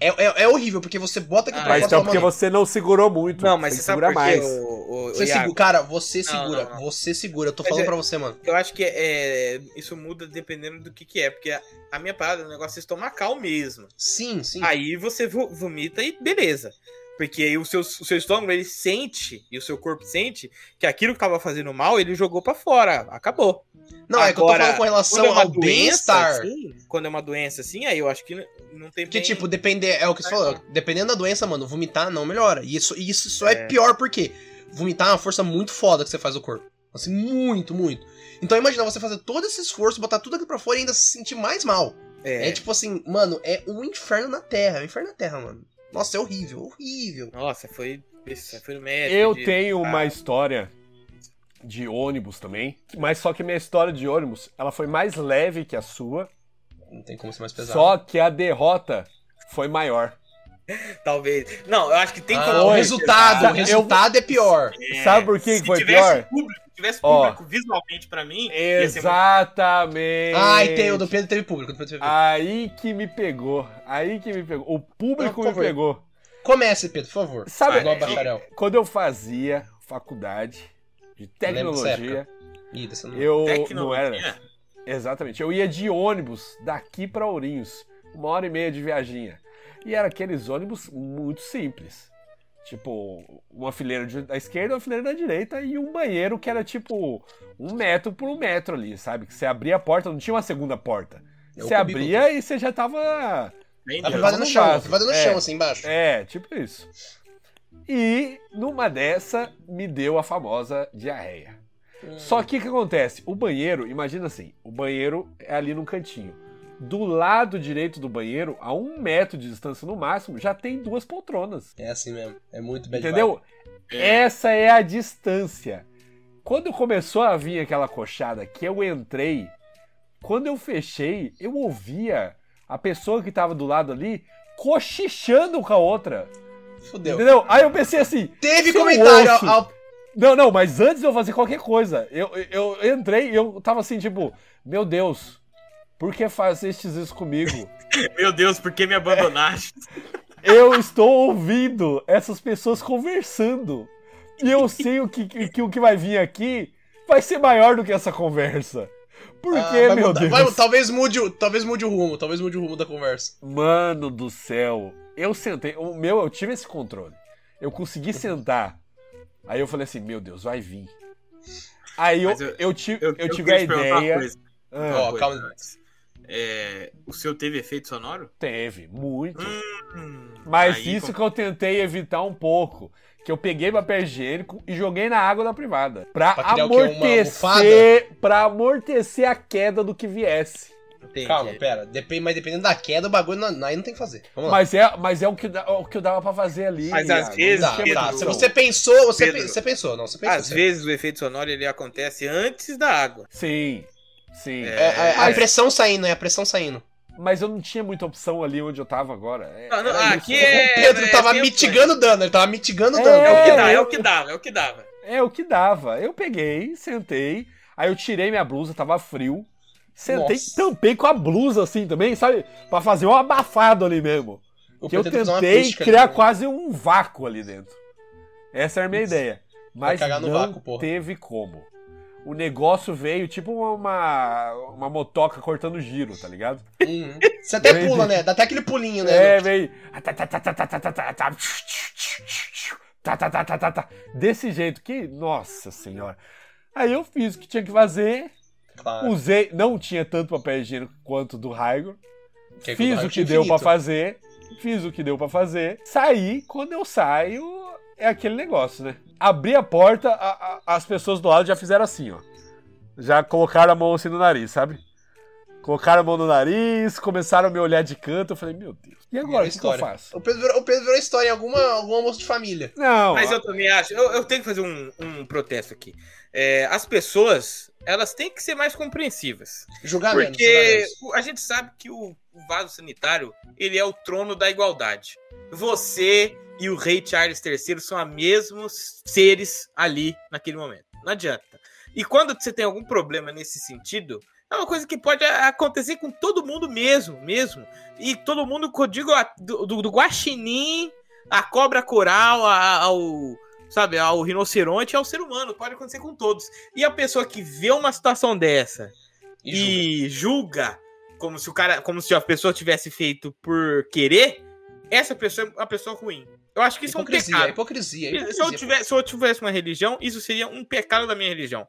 B: É, é, é horrível, porque você bota aqui
A: Ah,
B: pra fora
C: Mas
A: eu
B: e
C: então
B: fala,
C: é porque
B: "Mano,
C: você não segurou muito.
A: Não, mas
C: tem
A: você
C: que
A: sabe
C: segurar
A: por quê?
C: mais.
A: o- o-
B: Você
A: Iago?
B: segura, cara, você
A: Não,
B: segura,
A: não, não.
B: você segura. Eu tô
A: Mas
B: falando
A: é-
B: pra você, mano.
A: Eu acho que é, isso muda dependendo do que que é, porque a, a minha parada é um negócio estomacal mesmo.
B: Sim, sim.
A: Aí você vo- vomita e beleza. Porque aí o seu, o seu estômago, ele sente, e o seu corpo sente, que aquilo que tava fazendo mal, ele jogou pra fora. Acabou.
B: não, é que eu tô
A: agora,
B: falando com relação
A: Quando é uma
B: ao
A: doença,
B: bem-estar.
A: assim, quando é uma doença assim, aí eu acho que n- não tem
B: Porque,
A: bem-
B: tipo, depender, é o que você falou, dependendo da doença, mano, vomitar não melhora. E isso, e isso só é.
A: É.
B: pior porque vomitar é uma força muito foda que você faz no corpo. Assim, muito, muito. Então imagina você fazer todo esse esforço, botar tudo aqui pra fora e ainda se sentir mais mal. É,
A: É,
B: tipo assim, mano, é um inferno na Terra, é um inferno na Terra, mano. Nossa, é horrível, horrível.
A: Nossa, foi. isso, Foi no médico.
C: Eu
A: de-
C: tenho uma história de ônibus também, mas só que minha história de ônibus, ela foi mais leve que a sua,
B: Não tem como ser mais pesado. Ah,
C: só que a derrota foi maior.
A: Talvez. Não, eu acho que tem
B: Ah,
A: como.
B: o
C: Oi,
B: resultado, o
C: cara.
B: resultado é pior.
A: É,
C: Sabe por que
A: se
C: foi
A: tivesse
C: pior?
A: Público, se tivesse
C: Ó.
A: público visualmente pra mim,
B: é
A: ia ser muito-
C: Exatamente.
B: Ai, tem, o do Pedro teve público. o do Pedro
C: Ah.
B: teve público.
C: Aí que me pegou. Aí que me pegou. O público
B: Não, por favor.
C: me pegou.
B: Comece, Pedro, por favor.
C: Sabe,
B: Igual
A: é,
B: o bacharel.
C: quando eu fazia faculdade de
B: lembro dessa
C: tecnologia,
B: Ih, dessa não.
C: eu não era.
A: tecnologia.
C: Exatamente. Eu ia de ônibus daqui pra Ourinhos, uma hora e meia de viaginha. E era aqueles ônibus muito simples. Tipo, uma fileira de- da esquerda, uma fileira da direita e um banheiro que era tipo um metro por um metro ali, sabe? Que você abria a porta, não tinha uma segunda porta.
B: É o
C: Você
B: cubículo.
C: abria e você já tava
A: Bem
B: Tá
A: Deus.
B: privada no chão,
C: Vaso.
B: privada no
C: É.
B: chão, assim embaixo.
C: É, tipo isso. E numa dessa, me deu a famosa diarreia. Só que o que acontece? O banheiro, imagina assim: o banheiro é ali num cantinho. Do lado direito do banheiro, a um metro de distância no máximo, já tem duas poltronas.
B: É assim mesmo. É muito bad vibe.
C: Entendeu? Essa é a distância. Quando começou a vir aquela coxada que eu entrei, quando eu fechei, eu ouvia a pessoa que tava do lado ali cochichando com a outra.
B: Fudeu.
C: Entendeu? Aí eu pensei assim,
B: Teve
C: Seu
B: comentário.
C: osso.
B: Ao, ao-
C: não, não, mas antes de eu fazer qualquer coisa, eu, eu eu entrei e eu tava assim, tipo, meu Deus, por que fazestes isso comigo?
B: um-
A: Meu Deus, por que me abandonaste?
C: Eu estou ouvindo essas pessoas conversando. E eu sei o que, que, que o que vai vir aqui vai ser maior do que essa conversa. Por
B: Ah,
C: que,
B: vai
C: meu
B: mudar-
C: Deus?
B: vai- talvez, mude, o- talvez mude o rumo, talvez mude o rumo da conversa.
C: Mano do céu, eu sentei. O meu, eu tive esse controle. Eu consegui sentar. Aí eu falei assim, meu Deus, vai vir. Aí eu,
A: Mas
C: eu,
A: eu-
C: ti- *laughs* eu tive
A: queria
C: a
A: te perguntar uma
C: ideia.
A: coisa,
C: Ah,
B: Ó,
A: Foi.
B: calma.
A: É, o seu teve efeito sonoro?
C: teve, muito.
A: Hum,
C: Mas
A: aí,
C: isso que eu tentei evitar um pouco. Que eu peguei papel higiênico e joguei na água da privada. Pra,
B: Pra criar o quê? Uma
C: amortecer. Pra amortecer a queda do que viesse.
A: entendi.
B: Calma, pera. Depende, mas dependendo da queda, o bagulho não, aí não tem o que fazer. Vamos lá.
C: Mas é, mas é o, que, dá- o que eu dava pra fazer ali.
A: Hum. Mas às
C: Iago.
A: vezes,
C: Não
B: Tá,
C: tinha
A: Pedro,
B: tá.
C: muito
B: Se
C: não.
B: você pensou, você,
A: Pedro.
B: pe- você pensou. Não, você pensou.
A: Às
B: você-
A: vezes o efeito sonoro ele acontece antes da água.
C: Sim, sim.
A: É,
B: É, é, a
C: Mas-
B: pressão saindo, é a pressão saindo.
C: Mas eu não tinha muita opção ali onde eu tava agora. É,
A: Não, não,
C: era
A: aqui
C: isso.
A: é-
B: o Pedro
A: é
B: tava
A: tempo,
B: mitigando o dano, ele tava mitigando o
C: É,
B: dano.
A: É, o que
C: eu-
A: dá, é o que dava, é o que dava.
C: É o que dava. Eu peguei, sentei, aí eu tirei minha blusa, tava frio. Sentei,
B: Nossa.
C: tampei com a blusa assim também, sabe? Pra fazer um abafado ali mesmo.
B: O
C: que eu
B: Pedro fez uma
C: tentei
B: acústica
C: criar
B: ali. né?
C: quase um vácuo ali dentro. Essa era a minha
B: Putz,
C: ideia. Mas
B: cagar no
C: não
B: vácuo, porra.
C: teve como. O negócio veio tipo uma, uma motoca cortando giro, tá ligado?
B: Uhum. Você até pula, né? Dá até aquele pulinho, né?
C: É, veio. Tá, tá, tá, tá, tá, tá, tá, tá, tá. Tá, tá, tá, tá, tá, tá. Desse jeito que. Nossa senhora. Aí eu fiz o que tinha que fazer.
B: Claro.
C: Usei. Não tinha tanto papel higiênico quanto do Raigor.
B: Que é que o do
C: Fiz o
B: Raigor
C: que
B: tinha
C: deu pra
B: infinito.
C: fazer. Fiz o que deu pra fazer. Saí. Quando eu saio, é aquele negócio, né? Abri a porta, a- a- as pessoas do lado já fizeram assim, ó. Já colocaram a mão assim no nariz, sabe? Colocaram a mão no nariz, começaram a me olhar de canto. Eu falei, meu Deus. E agora? O que, que eu
B: história.
C: faço?
B: O Pedro, virou- o Pedro virou história em alguma, algum almoço de família.
C: Não.
A: Mas
C: a-
A: eu também acho, eu, eu tenho que fazer um, um protesto aqui. É, as pessoas, elas têm que ser mais compreensivas.
B: Julgar menos, julgar
A: Porque
B: menos.
A: o- a gente sabe que o, o vaso sanitário, ele é o trono da igualdade. Você e o rei Charles III são a mesmos seres ali naquele momento. Não adianta. E quando você tem algum problema nesse sentido, é uma coisa que pode a- acontecer com todo mundo mesmo, mesmo. E todo mundo, que eu digo, a- do, do, do guaxinim, a cobra coral, a- ao, sabe, ao rinoceronte, ao ser humano. Pode acontecer com todos. E a pessoa que vê uma situação dessa e
B: E julga.
A: julga como se o cara, como se a pessoa tivesse feito por querer, essa pessoa é uma pessoa ruim. Eu acho que isso
B: hipocrisia,
A: é um pecado.
B: hipocrisia, hipocrisia.
A: Se eu, tivesse, se eu tivesse uma religião, isso seria um pecado da minha religião.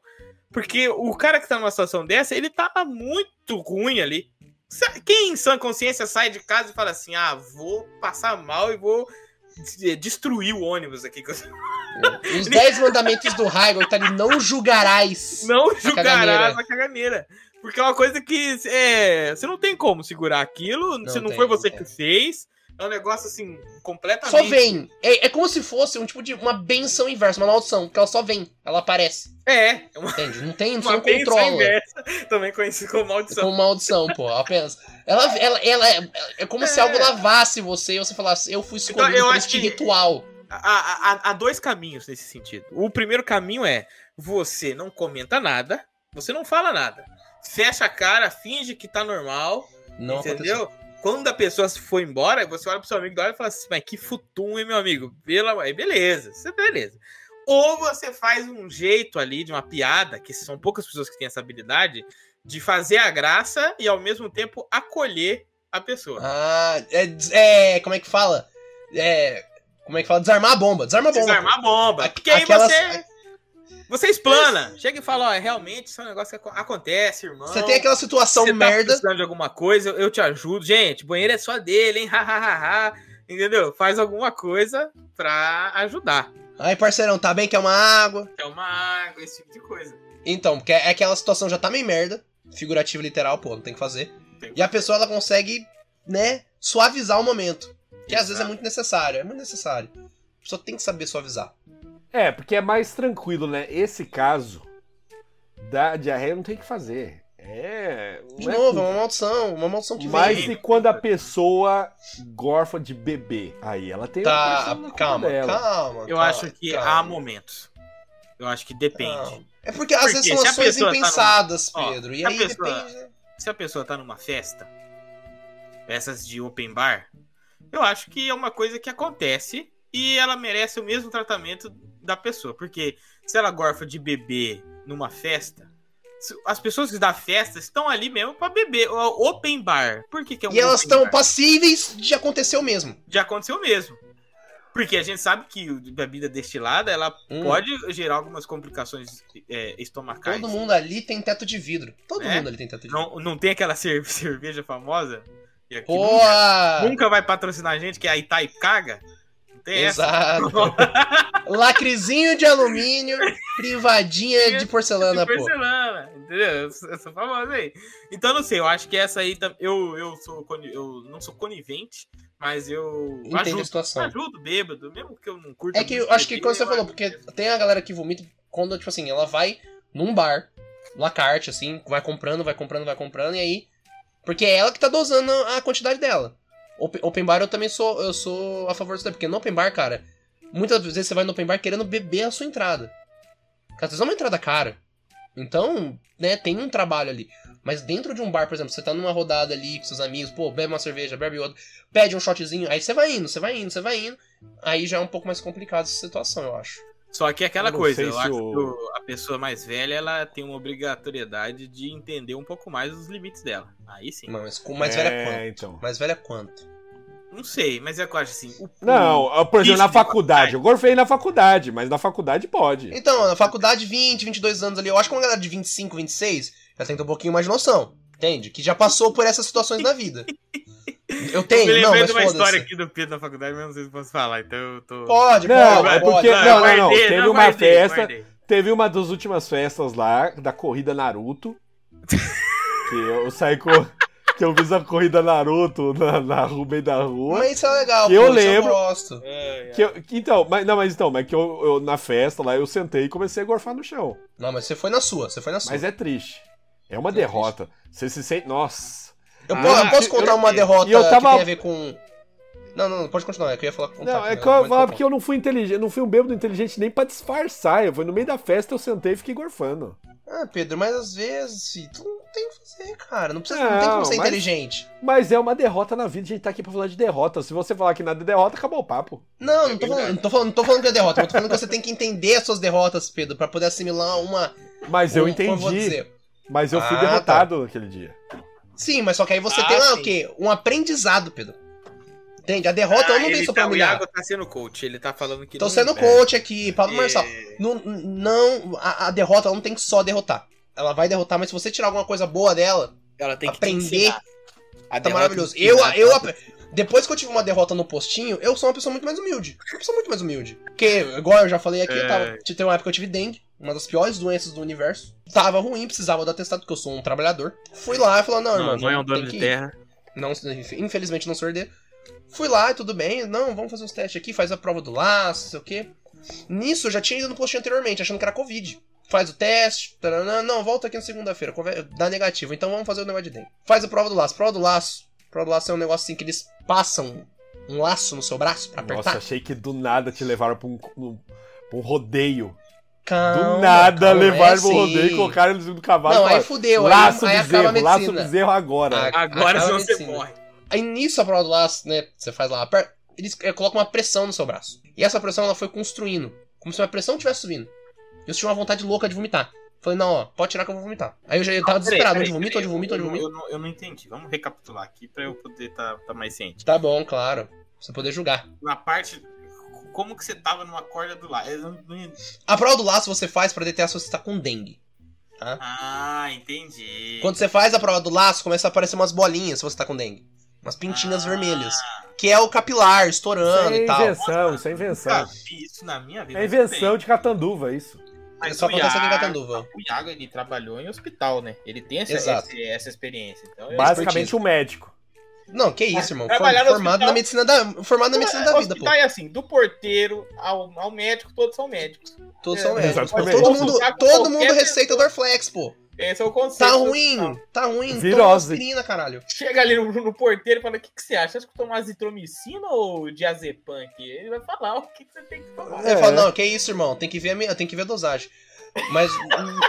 A: Porque o cara que tá numa situação dessa, ele tá muito ruim ali. Sa- Quem em sã consciência sai de casa e fala assim: ah, vou passar mal e vou de- destruir o ônibus aqui. que eu
B: É,
A: tipo.
B: Os 10 mandamentos do Raigor, tá ali, não julgarás.
A: não julgarás
B: caganeira.
A: a caganeira. Porque é uma coisa que é, você não tem como segurar aquilo, se não
B: tem,
A: foi
B: não
A: você
B: tem.
A: que fez. É um negócio assim, completamente.
B: Só vem. É, é como se fosse um tipo de uma benção inversa, uma maldição, porque ela só vem, ela aparece,
A: É, é uma,
B: entende? Não tem, você
A: uma
B: não
A: bênção
B: controla. Então-
A: inversa, também conhecido como maldição.
B: Com maldição, pô, apenas. Ela, ela, ela é, é como se
A: É.
B: algo lavasse você e você falasse, eu fui escolhido
A: Então, eu
B: por
A: acho
B: este
A: que-
B: ritual.
A: Há, há- há- há dois caminhos nesse sentido. O primeiro caminho é você não comenta nada, você não fala nada. Fecha a cara, finge que tá normal,
B: Não aconteceu.
A: entendeu? Quando a pessoa se foi embora, você olha pro seu amigo da hora e fala assim, mas que futum, hein, meu amigo? Pela... Aí beleza, isso é beleza. Ou você faz um jeito ali de uma piada, que são poucas pessoas que têm essa habilidade, de fazer a graça e ao mesmo tempo acolher a pessoa.
B: Ah, é, des- é. Como é que fala? É. Como é que fala? Desarmar a bomba. Desarma a bomba.
A: Desarmar a bomba.
B: tá Aqu-
A: Porque aí
B: aquelas-
A: você. Você explana. Chega e fala, ó, realmente isso é um negócio que aco- acontece, irmão.
B: Você tem aquela situação
A: Você tá
B: merda.
A: precisando de alguma coisa, eu, eu te ajudo. Gente, banheiro é só dele, hein? *laughs* Ha, ha, ha, ha. Entendeu? Faz alguma coisa pra ajudar.
B: Ai, parceirão, tá bem? Quer uma água?
A: É uma água, esse tipo de coisa.
B: Então, porque é aquela situação já tá meio merda. Figurativo literal, pô, não tem o que fazer.
A: Tem.
B: E a pessoa ela consegue, né, suavizar o momento. Que às vezes é
A: Exato.
B: muito necessário. É muito necessário. A pessoa tem que saber suavizar.
C: É, porque é mais tranquilo, né? Esse caso da diarreia não tem o que fazer. É.
B: De
C: não é
B: novo, é
C: culpa.
B: uma maldição, uma maldição que
C: Mas
B: vem.
C: e quando a pessoa gorfa de bebê? Aí ela tem
B: Tá,
C: pressão na culpa
B: calma,
C: dela.
B: calma.
A: Eu
B: calma,
A: acho que
B: calma.
A: há momentos. Eu acho que depende.
B: Não. É porque às
A: Por
B: vezes
A: quê?
B: são
A: Se a
B: ações
A: pessoa tá
B: impensadas,
A: num- Ó,
B: Pedro. E
A: se a
B: aí
A: pessoa-
B: depende. né?
A: se a pessoa tá numa festa, essas de open bar, eu acho que é uma coisa que acontece e ela merece o mesmo tratamento da pessoa. Porque se ela gorfa de beber numa festa, se- as pessoas da festa estão ali mesmo pra beber. O open bar. Por que, que é um
B: E elas
A: open
B: estão
A: bar?
B: passíveis de acontecer o mesmo.
A: Já aconteceu mesmo. Porque a gente sabe que o- bebida destilada ela
B: Hum.
A: pode gerar algumas complicações é, estomacais.
B: Todo mundo ali tem teto de vidro. Todo
A: Né?
B: mundo ali tem teto de vidro.
A: Não, não tem aquela *laughs* cer- cerveja famosa? E aqui não
B: Boa!
A: Nunca vai patrocinar a gente, que é a Itai Caga. Não tem *laughs*
B: Exato. Lacrezinho de alumínio, privadinha de
A: essa.
B: porcelana,
A: De
B: pô.
A: porcelana, entendeu? Essa famosa aí. Então, não sei, eu acho que essa aí. tam- Eu, eu, sou, coni- eu não sou conivente, mas eu
B: Entende a
A: ajudo.
B: situação.
A: Ajudo bêbado, mesmo que eu não curto.
B: É né? que eu acho que quando você falou, porque
A: é
B: tem a galera que vomita quando, tipo assim, ela vai num bar, lacarte, assim, vai comprando, vai comprando, vai comprando, e aí. Porque é ela que tá dosando a quantidade dela. Open, open bar eu também sou, eu sou a favor disso, daí, porque no open bar, cara, muitas vezes você vai no open bar querendo beber a sua entrada. Porque às vezes é uma entrada cara. Então, né, tem um trabalho ali. Mas dentro de um bar, por exemplo, você tá numa rodada ali com seus amigos, pô, bebe uma cerveja, bebe outra, pede um shotzinho, aí você vai indo, você vai indo, você vai indo. Aí já é um pouco mais complicado essa situação, eu acho.
A: Só que é aquela
C: Eu não
A: coisa,
C: sei
A: eu
C: se
A: acho
C: o-
A: que o- a pessoa mais velha ela tem uma obrigatoriedade de entender um pouco mais os limites dela. Aí sim.
B: Mas com mais velha quanto?
C: É, então.
B: Mais velha quanto?
A: Não sei, mas é que eu acho assim. o-
C: Não, eu, por exemplo, na
A: Isso de
C: faculdade. Eu gorfei na faculdade, mas na faculdade pode.
B: Então, na faculdade, 20, 22 anos ali, eu acho que uma galera de 25, 26 já tem que ter um pouquinho mais de noção, entende? Que já passou por essas situações na
A: *laughs*
B: vida. Eu
A: Eu me
B: tenho, não,
A: lembrei
B: mas
A: de uma história
B: foda-se.
A: aqui do Pedro na faculdade, mas não sei se posso falar, então eu tô.
B: Pode,
C: Não,
B: pode,
C: é
B: pode.
C: porque-
A: eu
C: não, não, não,
A: guardei,
C: teve
A: eu
C: uma
A: guardei,
C: festa-
A: guardei.
C: Teve uma das últimas festas lá, da
B: *laughs*
C: corrida Naruto. que eu saí com. Que eu fiz a corrida Naruto na, na rua, meio da rua.
B: Mas isso é legal,
C: Que eu
B: isso
C: lembro.
B: Eu gosto.
A: É,
C: Que eu- que então, mas, não, mas então, mas que eu, eu- na festa lá eu sentei e comecei a gorfar no chão.
B: Não, mas você foi na sua, você foi na sua.
C: Mas é triste. É uma
B: É
C: derrota. Você se sente. Nossa.
B: Eu,
A: Ah,
B: po- eu posso
A: eu-
B: contar
A: eu-
B: uma derrota
C: e eu tava-
B: que tem a ver com. Não, não, não, pode continuar, é que eu ia falar contar.
C: Não, é
B: né,
C: que eu ia
B: mas
C: falar
B: tá bom.
C: porque eu não fui inteligente, não fui um bêbado inteligente nem pra disfarçar. Eu fui no meio da festa, eu sentei e fiquei gorfando.
B: Ah, Pedro, mas às vezes, filho, tu não tem o que fazer, cara. Não, precisa, não, tem
C: Não,
B: como ser
C: mas-
B: inteligente.
C: Mas é uma derrota na vida, a gente tá aqui pra falar de derrota. Se você falar que nada é derrota, acabou o papo.
B: Não,
A: É
B: não tô,
A: verdade.
B: falando, não, tô falando, não tô falando que é derrota, mas tô falando que você tem que entender as suas derrotas, Pedro, pra poder assimilar uma.
C: Mas eu
B: um- como vou
C: entendi.
B: dizer.
C: Mas eu fui
B: Ah,
C: derrotado naquele dia.
B: Sim, mas só que aí você
A: Ah,
B: tem lá
A: sim.
B: o quê? Um aprendizado, Pedro. Entende? A derrota eu não
A: ele
B: tenho só
A: tá,
B: pra
A: O
B: humilhar.
A: Iago tá sendo coach, ele tá falando que.
B: Tô
A: não-
B: sendo
A: é,
B: coach aqui, Pablo
A: é,
B: Marçal. Não, não a, a derrota ela não tem que só derrotar. Ela vai derrotar, mas se você tirar alguma coisa boa dela,
A: Ela tem que
B: aprender,
A: te ensinar. A
B: tá
A: derrota
B: maravilhoso.
A: te
B: Eu,
A: ensinar,
B: eu,
A: tá?
B: depois que eu tive uma derrota no postinho, eu sou uma pessoa muito mais humilde. Uma pessoa muito mais humilde. Porque, igual eu já falei aqui,
A: É.
B: eu tava, teve uma época que eu tive dengue, uma das piores doenças do universo. Tava ruim, precisava do atestado, porque eu sou um trabalhador. Fui lá e falei, não,
A: Não,
B: irmão,
A: não é um dono
B: tem
A: de
B: que ir.
A: terra.
B: Não, infelizmente não sou herdeiro. Fui lá, tudo bem. Não, vamos fazer uns testes aqui, faz a prova do laço, não sei o quê. Nisso, eu já tinha ido no post anteriormente, achando que era Covid. Faz o teste, taranã, não, volta aqui na segunda-feira, conver- dá negativo, então vamos fazer o negócio de dentro. Faz a prova do laço. Prova do laço. Prova do laço é um negócio assim que eles passam um laço no seu braço pra apertar.
C: Nossa, achei que do nada te levaram pra um, um- pra um rodeio.
B: Calma,
C: do nada
B: calma, é
C: levaram pro
B: assim.
C: rodeio e colocaram eles do cavalo.
B: Não,
C: e
B: aí
C: falaram,
B: fudeu, aí-
C: laço
B: aí, acaba a
C: bezerro, laço
B: medicina.
C: bezerro agora.
B: Ah,
A: Agora
B: Acaba
A: senão você
B: medicina.
A: morre.
B: Aí nisso a prova do laço, né? Você faz lá, aperta, eles eh, colocam uma pressão no seu braço. E essa pressão ela foi construindo. Como se uma pressão estivesse subindo. Eu tinha uma vontade louca de vomitar. Falei, não, ó, pode tirar que eu vou vomitar. Aí eu já eu
A: Ah,
B: tava
A: Peraí,
B: desesperado,
A: peraí,
B: onde vomito,
A: peraí,
B: onde vomito, onde
A: eu-
B: vomito.
A: Eu não, eu não entendi. Vamos recapitular aqui pra eu poder estar mais ciente.
B: Tá bom, claro. Pra você poder julgar.
A: Na parte. Como que você tava numa corda do lado? Eu não- não-
B: A prova do laço você faz pra detectar se você tá com dengue.
A: Ah, entendi.
B: Quando você faz a prova do laço, começa a aparecer umas bolinhas se você tá com dengue. Umas pintinhas
A: Ah.
B: vermelhas. Que é o capilar estourando
C: Isso
B: e
C: é
B: tal. Tá.
C: invenção, isso é
A: Nunca
C: invenção.
A: vi isso na minha vida.
C: É invenção de catanduva, isso.
B: É só acontece aqui em Catanduva.
A: O Iago, ele trabalhou em hospital, né? Ele tem essa,
B: Exato.
A: esse- essa experiência.
B: É
A: Então, eu-
C: Basicamente um médico.
B: Não, que isso, irmão.
A: Trabalhar
B: Formado
A: no hospital-
B: na medicina da, formado na medicina da vida, pô.
A: hospital é assim, do porteiro ao, ao médico, todos são médicos.
B: Todos são
A: É,
B: médicos.
C: exatamente.
B: Todo mundo,
A: Qualquer
B: todo mundo
A: pessoa.
B: receita Dorflex, pô.
A: Esse é o conceito.
B: Tá
A: do
B: ruim,
A: hospital.
B: tá ruim. toma
C: Virose.
B: aspirina, caralho.
A: Chega ali no, no porteiro e fala, o que, que você acha? Acha que eu tomar azitromicina ou diazepam aqui? Ele vai falar o que, que você tem que
B: *laughs*
A: tomar.
B: Ele
C: É.
B: fala, não, que isso, irmão. Tem que ver a, minha- tem que ver a dosagem.
A: *laughs*
B: Mas hum,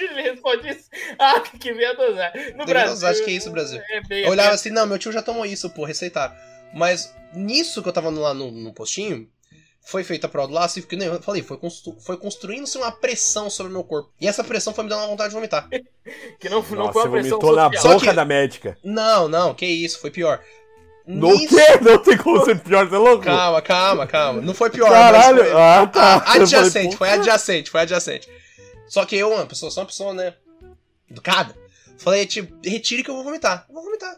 A: Ele responde isso. Ah, tem que ver a dosagem. No
B: Tem
A: Brasil...
B: dosagem, que isso, Brasil?
A: É bem
B: eu olhava assim, não, meu tio já tomou isso, pô, receitaram. Mas nisso que eu tava lá no, no postinho, foi feita a prova do laço, e porque nem eu falei, foi, constru- foi construindo-se uma pressão sobre o meu corpo. E essa pressão foi me dando uma vontade de vomitar.
A: assim, Que não, não
C: Nossa,
A: foi
C: você
A: uma pressão
C: vomitou na
A: social.
B: Só
C: boca
B: que-
C: da médica.
B: Não, não, que isso, foi pior.
C: No quê? Não tem como ser pior, você é louco?
B: Calma, calma, calma. Não foi pior,
C: Caralho,
B: mas foi
C: ah tá. Eu falei,
B: adjacente,
C: pô,
B: foi adjacente, foi adjacente. Só que eu, uma pessoa, sou uma pessoa, né, educada, falei, tipo, retire que eu vou vomitar. Eu vou vomitar.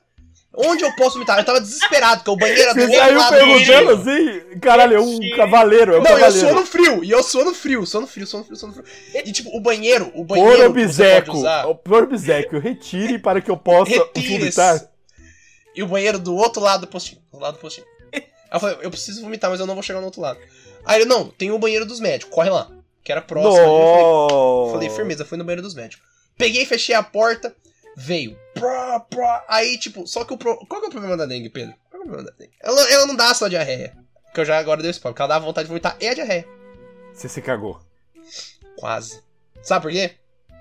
B: Onde eu posso vomitar? Eu tava desesperado, porque o banheiro era do
C: Você
B: outro
C: saiu
B: lado do
C: perguntando
B: banheiro.
C: assim? Caralho, é um cavaleiro, é um
B: Não, eu sou
C: cavaleiro.
B: no frio, e eu sou no frio, sou no frio, sou no frio, sou no frio. E tipo, o banheiro, o
C: Por
B: banheiro que você pode
C: obseco,
B: usar,
C: por obsequio, retire para que eu possa
B: retire-se.
C: vomitar.
B: E o banheiro do outro lado do postinho, do lado do postinho. Aí eu falei, eu preciso vomitar, mas eu não vou chegar no outro lado. Aí ele, não, tem o banheiro dos médicos, corre lá. Que era próximo. ali, eu falei,
C: Nossa.
B: Falei, firmeza, fui no banheiro dos médicos. Peguei, fechei a porta, veio. Pró, pró. Aí, tipo, só que o. Pro... Qual que é o problema da dengue, Pedro? Qual que é o problema da dengue? Ela, ela não dá só diarreia. Que eu já agora dei spoiler, porque ela dá vontade de vomitar e a diarreia.
C: Você se cagou.
B: Quase. Sabe por quê?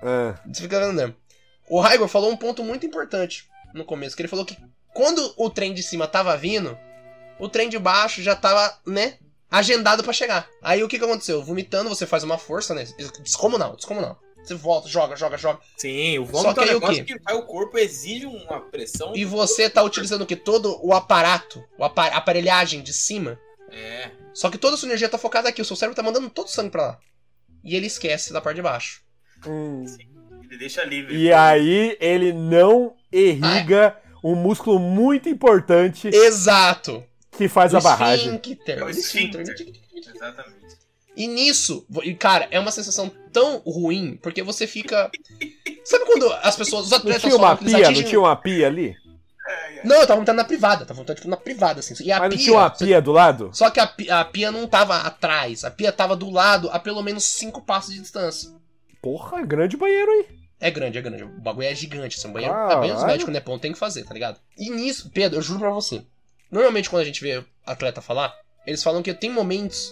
C: Ah,
B: Você fica vendo mesmo. O Raigor falou um ponto muito importante no começo, que ele falou que quando o trem de cima tava vindo, o trem de baixo já tava, né, agendado pra chegar. Aí o que que aconteceu? Vomitando, você faz uma força, né, descomunal, descomunal. Você volta, joga, joga, joga.
A: Sim, o
B: Só
A: vômito
B: que
A: é um
B: aí o
A: negócio que vai, o corpo exige uma pressão.
B: E você tá utilizando o que? Todo o aparato, o apa- aparelhagem de cima.
A: É.
B: Só que toda a sua energia tá focada aqui, o seu cérebro tá mandando todo o sangue pra lá. E ele esquece da parte de baixo.
C: hum.
A: Ele deixa livre.
C: E aí ele não irriga um músculo muito importante
B: Exato!
C: que faz a barragem.
B: Esfíncter,
A: É o
B: o esfíncter.
A: Exatamente.
B: E nisso, vo- e cara, é uma sensação tão ruim, porque você fica. *laughs* Sabe quando as pessoas, os
C: Não
B: atletas
C: tinha uma
B: falam que eles
C: pia, não
B: atingem-
C: tinha uma pia ali?
B: Não, eu tava vomitando na privada, tava vomitando tipo, na privada, assim. E a
C: Mas não
B: pia,
C: tinha uma pia do lado?
B: Só que a, pi- a pia não tava atrás, a pia tava do lado a pelo menos cinco passos de distância.
C: Porra, grande banheiro, hein?
B: É grande, é grande. O bagulho é gigante. São banheiro,
C: Caralho.
B: é banheiro dos médicos, né? Pão, tem que fazer, tá ligado? E nisso, Pedro, eu juro pra você. Normalmente, quando a gente vê atleta falar, eles falam que tem momentos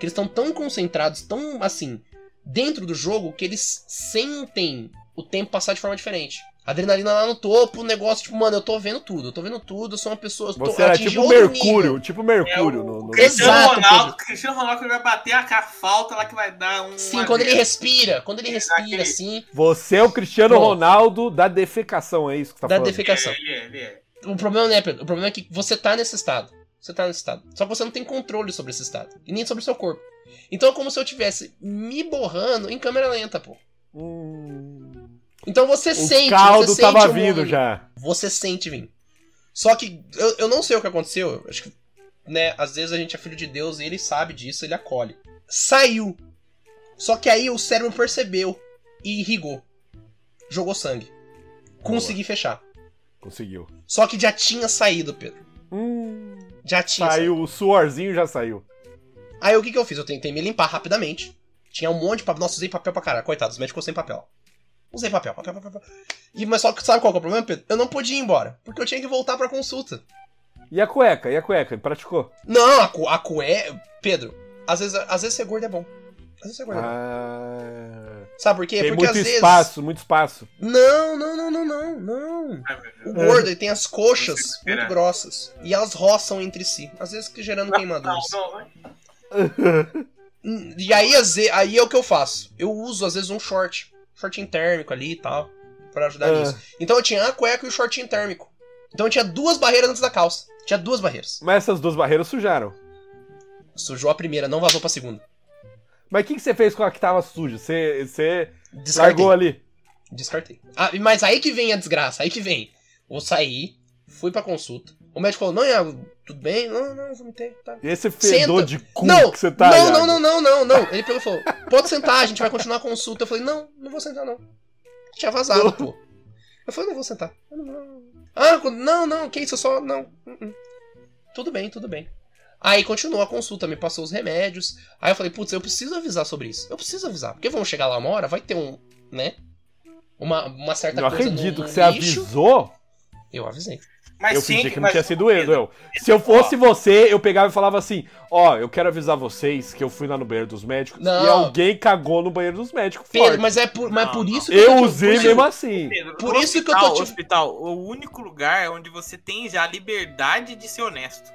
B: que eles estão tão concentrados, tão assim, dentro do jogo, que eles sentem o tempo passar de forma diferente. Adrenalina lá no topo, o negócio, tipo, mano, eu tô vendo tudo, eu tô vendo tudo, eu sou uma pessoa. Eu tô,
C: Você era
B: atingi
C: tipo
B: outro
C: Mercúrio,
B: nível.
C: tipo Mercúrio
A: É o-
C: no, no-
A: Cristiano
B: Exato,
A: Ronaldo,
B: Pedro.
A: Cristiano Ronaldo que vai bater a ca- falta lá que vai dar um.
B: Sim,
A: a
B: quando ele
A: zero.
B: respira, quando ele respira,
A: Aquele-
B: assim,
C: Você é o Cristiano
B: Bom.
C: Ronaldo da defecação, é isso que você tá
B: da
C: falando?
B: defecação.
A: Ele é, ele é.
B: O problema não é, Pedro. O problema é que você tá nesse estado. Você tá nesse estado. Só que você não tem controle sobre esse estado. E nem sobre o seu corpo. Então é como se eu tivesse me borrando em câmera lenta, pô.
C: Hum,
B: Então você
C: o
B: sente.
C: caldo
B: você
C: tava
B: sente o
C: vindo
B: mundo.
C: já.
B: Você sente vir. Só que eu, eu não sei o que aconteceu. eu Acho que, né, às vezes a gente é filho de Deus e ele sabe disso, ele acolhe. Saiu. Só que aí o cérebro percebeu e irrigou. Jogou sangue. Consegui fechar.
C: Conseguiu.
B: Só que já tinha saído, Pedro.
C: Hum,
B: Já tinha.
C: Saiu, o suorzinho já saiu.
B: Aí o que, que eu fiz? Eu tentei me limpar rapidamente. Tinha um monte de papel. Nossa, usei papel pra caralho. Coitado, os médicos sem papel. Usei papel, papel, papel, papel. E, mas só que sabe qual que é o problema, Pedro? Eu não podia ir embora, porque eu tinha que voltar pra consulta.
C: E a cueca? E a cueca? Praticou?
B: Não, a, cu- a cué. Pedro, às vezes, às vezes ser gordo é bom. Às vezes ser gordo é bom.
C: Ah,
B: Sabe por quê?
C: tem
B: É, porque
C: muito
B: às vezes.
C: espaço, muito espaço. *laughs*
B: Não, não, não, não, não, não.
A: Ah,
B: O gordo ele tem as coxas
A: Não sei o que
B: muito
A: era.
B: grossas. E elas roçam entre si. Às vezes que gerando
A: Não,
B: queimaduras.
A: não, não.
B: Hum, E aí, às ve- aí é o que eu faço. Eu uso, às vezes, um short. Shortinho térmico ali e tal. Pra ajudar
C: Ah.
B: nisso. Então eu tinha a cueca e o shortinho térmico. Então eu tinha duas barreiras antes da calça. Tinha duas barreiras.
C: Mas essas duas barreiras sujaram.
B: Sujou a primeira, não vazou pra segunda.
C: Mas o que, que você fez com a que tava suja? Você, você
B: Descartei.
C: largou ali.
B: Descartei. Ah, mas aí que vem a desgraça, aí que vem. Eu saí, fui pra consulta. O médico falou: não, Iago, tudo bem? Não, não, vomitei. Tá.
C: E esse fedor
B: Senta.
C: de cu
B: não,
C: que você tá.
B: não,
C: Iago?
B: não, não, não, não, não. Ele pegou e falou: pode sentar, a gente vai continuar a consulta. Eu falei: não, não vou sentar, não. Tinha vazado, pô. Eu falei: não vou sentar. Eu não vou. Ah, quando- não, não, que isso, eu só. Não. hum, hum. Tudo bem, tudo bem. Aí continuou a consulta, me passou os remédios. Aí eu falei: putz, eu preciso avisar sobre isso. Eu preciso avisar, porque vamos chegar lá uma hora, vai ter um. né? Uma, uma certa
C: Não
B: coisa. no-
C: acredito
B: no
C: que você
B: lixo.
C: avisou.
B: Eu avisei.
A: Mas
C: eu
A: sim,
C: fingi que não
A: mas-
C: tinha sido eu, eu. Se eu fosse você, eu pegava e falava assim: Ó, eu quero avisar vocês que eu fui lá no banheiro dos médicos
B: Não.
C: e alguém cagou no banheiro dos médicos.
B: Pedro,
C: forte.
B: mas é por, mas
A: Não,
B: por isso que
C: Ah. eu
B: tô te- por
C: usei
B: isso-
C: mesmo assim.
A: Pedro,
B: Por
A: no
B: isso que eu tô
A: hospital,
B: te-
A: hospital, o único lugar é onde você tem já a liberdade de ser honesto.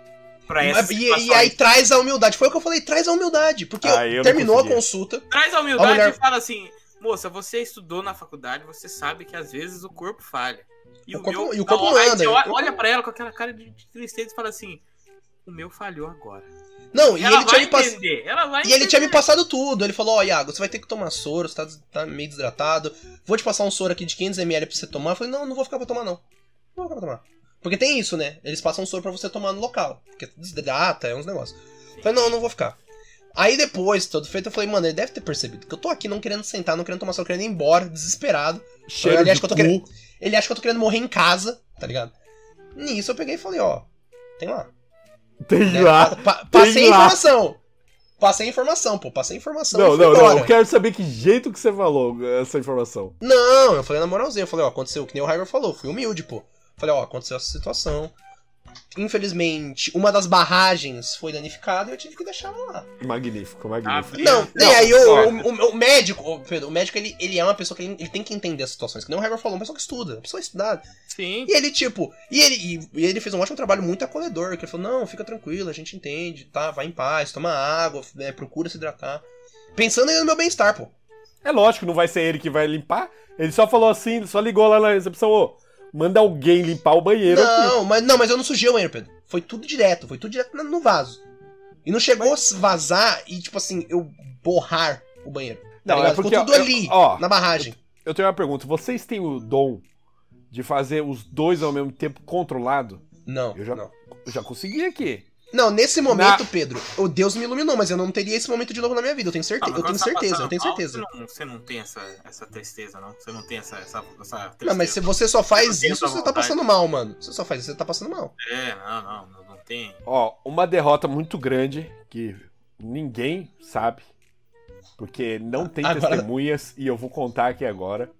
A: Pra essa
B: Mas-
A: situação.
B: é- E, e aí traz a humildade. Foi o que eu falei, traz a humildade. Porque
C: Ah, eu não
B: terminou a
C: conseguia.
B: consulta.
A: Traz a humildade
B: A mulher-
A: e fala assim: moça, você estudou na faculdade, você sabe que às vezes o corpo falha. E
B: O corpo-
A: meu- um
B: e o corpo
A: Aí
B: anda,
A: você
B: e o
A: olha,
B: corpo-
A: olha pra ela com aquela cara de de tristeza e fala assim: o meu falhou agora.
B: Não, e
A: ela
B: ele, tinha
A: vai
B: me pass-
A: entender, ela vai
B: e ele tinha me
A: entender.
B: passado tudo. Ele falou: Ó, Iago, você vai ter que tomar soro, você tá, des- tá meio desidratado. Vou te passar um soro aqui de 500ml pra você tomar. Eu falei: Não, não vou ficar pra tomar, não. Não vou ficar pra tomar. Porque tem isso, né? Eles passam um soro pra você tomar no local. Porque desidrata, é uns negócios. Eu falei: Não, não vou ficar. Aí depois, todo feito, eu falei: Mano, ele deve ter percebido que eu tô aqui não querendo sentar, não querendo tomar soro, querendo ir embora, desesperado.
C: Cheiro
B: Aliás,
C: de
B: que eu tô
C: cu. *laughs*
B: querendo- Ele acha que eu tô querendo morrer em casa, tá ligado? Nisso eu peguei e falei, ó, tem lá. né?
C: Tem lá.
B: Pa- pa- passei a
C: lá.
B: informação. Passei a informação, pô, passei a informação.
C: Não,
B: e fui
C: não, não.
B: embora.
C: Eu quero saber que é- jeito que você falou essa informação.
B: Não, eu falei na moralzinha, eu falei, ó, aconteceu, que nem o Heimer falou, fui humilde, pô. Falei, ó, aconteceu essa situação. Infelizmente, uma das barragens foi danificada e eu tive que deixar ela lá.
C: Magnífico, magnífico.
A: Ah,
B: Não,
C: Não,
B: e aí o,
C: olha.
B: o- o- o médico, o, Pedro, o médico ele, ele é uma pessoa que ele, ele tem que entender as situações. Que nem o Heimer falou, uma pessoa que estuda, uma pessoa estudada.
A: Sim.
B: E ele, tipo, e ele, e- e ele fez um ótimo trabalho muito acolhedor, que ele falou, não, fica tranquilo, a gente entende, tá, vai em paz, toma água, né, procura se hidratar. Pensando ainda no meu bem-estar, pô.
C: É lógico, não vai ser ele que vai limpar. Ele só falou assim, ele só ligou lá na recepção, ô, manda alguém limpar o banheiro aqui.
B: Não, mas, não, mas eu não sujei o banheiro, Pedro. Foi tudo direto, foi tudo direto na- no vaso. E não chegou a vazar e, tipo assim, eu borrar o banheiro. tá ligado? Ficou tudo
C: ó, é eu-
B: ali,
C: ó,
B: na barragem.
C: Eu tenho uma pergunta. Vocês têm o dom de fazer os dois ao mesmo tempo controlado?
B: Não,
C: eu já-
B: não.
C: Eu já consegui aqui.
B: Não, nesse momento, Pedro, o Deus me iluminou, mas eu não teria esse momento de novo na minha vida, eu tenho certeza,
A: Ah, mas
B: eu
A: quando
B: tenho
A: tá
B: certeza,
A: passando
B: eu tenho
A: mal,
B: certeza.
A: Você não, você não tem essa, essa tristeza, não? Você não tem essa, essa, essa tristeza.
B: Não, mas se você só faz
A: Você não tem
B: isso,
A: essa
B: você tá
A: vontade.
B: passando mal, mano. Você só faz isso, você tá passando mal.
A: É, não, não, não, não tem.
C: Ó, uma derrota muito grande que ninguém sabe. Porque não tem
B: Agora-
C: testemunhas e eu vou contar aqui agora.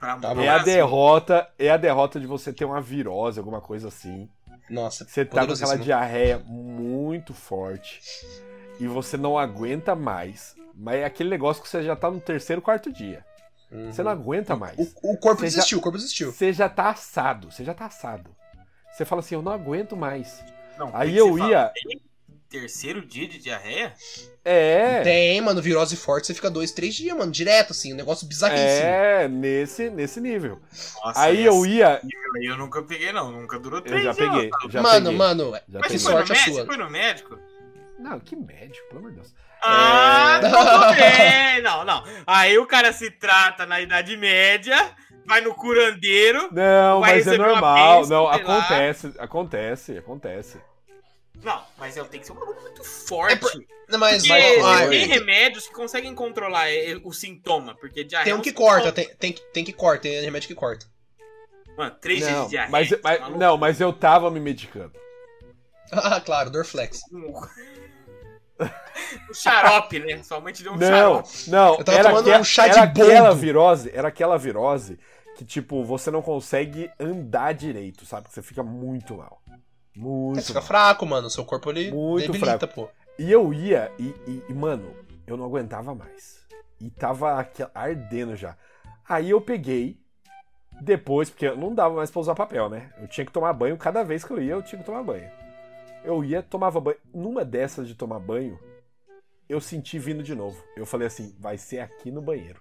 A: Pra
B: Tá bom.
C: É a
A: assim,
C: derrota, é a derrota de você ter uma virose, alguma coisa assim.
B: Nossa,
C: Você tá com aquela
B: poderosíssimo.
C: diarreia muito forte e você não aguenta mais. Mas é aquele negócio que você já tá no terceiro, quarto dia.
B: Uhum.
C: Você não aguenta mais.
B: O, o corpo
C: Você já-
B: desistiu, o corpo desistiu.
C: Você já tá assado, você já tá assado. Você fala assim, eu não aguento mais.
A: não, o que
C: Aí
A: que
C: eu
A: você
C: ia.
A: Terceiro dia de diarreia?
C: É.
B: Tem, mano, virose forte, você fica dois, três dias, mano, direto, assim, um negócio bizarríssimo.
C: É, nesse, nesse nível.
A: Nossa, é
C: Aí eu ia.
A: ia. Eu nunca peguei, não. Nunca durou
C: Eu
A: três
C: já
A: dias.
C: peguei. Já
B: mano,
C: peguei,
B: mano, é
A: tá?
C: Já
A: Mas é você
B: Que
C: peguei.
A: foi, no
B: sorte a
A: médico?
B: sua.
A: Você foi no médico?
C: Não, que médico, pelo amor de Deus.
B: *laughs*
A: Ah,
B: É.
A: tudo bem. Não, não. Aí o cara se trata na Idade Média, vai no curandeiro.
C: Não,
A: Vai
C: mas é
A: receber uma
C: normal.
A: bênção,
C: não,
A: sei lá.
C: acontece, acontece, acontece.
A: Não, mas eu tenho que ser um bagulho muito forte.
B: É por- Não, mas
A: Porque
B: vai, vai,
A: tem remédios que conseguem controlar eh, o sintoma, porque diarreia.
B: tem
A: é
B: um que
A: sintoma.
B: corta, tá? tem, tem, que- tem que corta, tem remédio que corta. *laughs*
A: Mano, três dias de
C: Não,
A: diarreia. *laughs*
C: mas, mas-
A: maluco.
C: não, mas eu tava me medicando.
B: Ah, claro, Dorflex.
A: Um xarope, né? Sua mãe te deu um
C: Não,
A: xarope.
C: não.
B: Eu tava
C: era
B: tomando
C: aque-
B: um chá de
C: era
B: boldo.
C: aquela virose, era aquela virose que tipo você não consegue andar direito, sabe? Você fica muito mal,
B: Você
C: muito.
B: fica
C: Mal.
B: fraco, mano. Seu corpo ele
C: Muito
B: debilita, pô.
C: E eu ia e, e- e, mano, eu não aguentava mais e tava aquela- ardendo já. Aí eu peguei depois porque não dava mais pra usar papel, né? Eu tinha que tomar banho cada vez que eu ia, eu tinha que tomar banho. Eu ia, tomava banho. Numa dessas de tomar banho, eu senti vindo de novo. Eu falei assim, vai ser aqui no banheiro.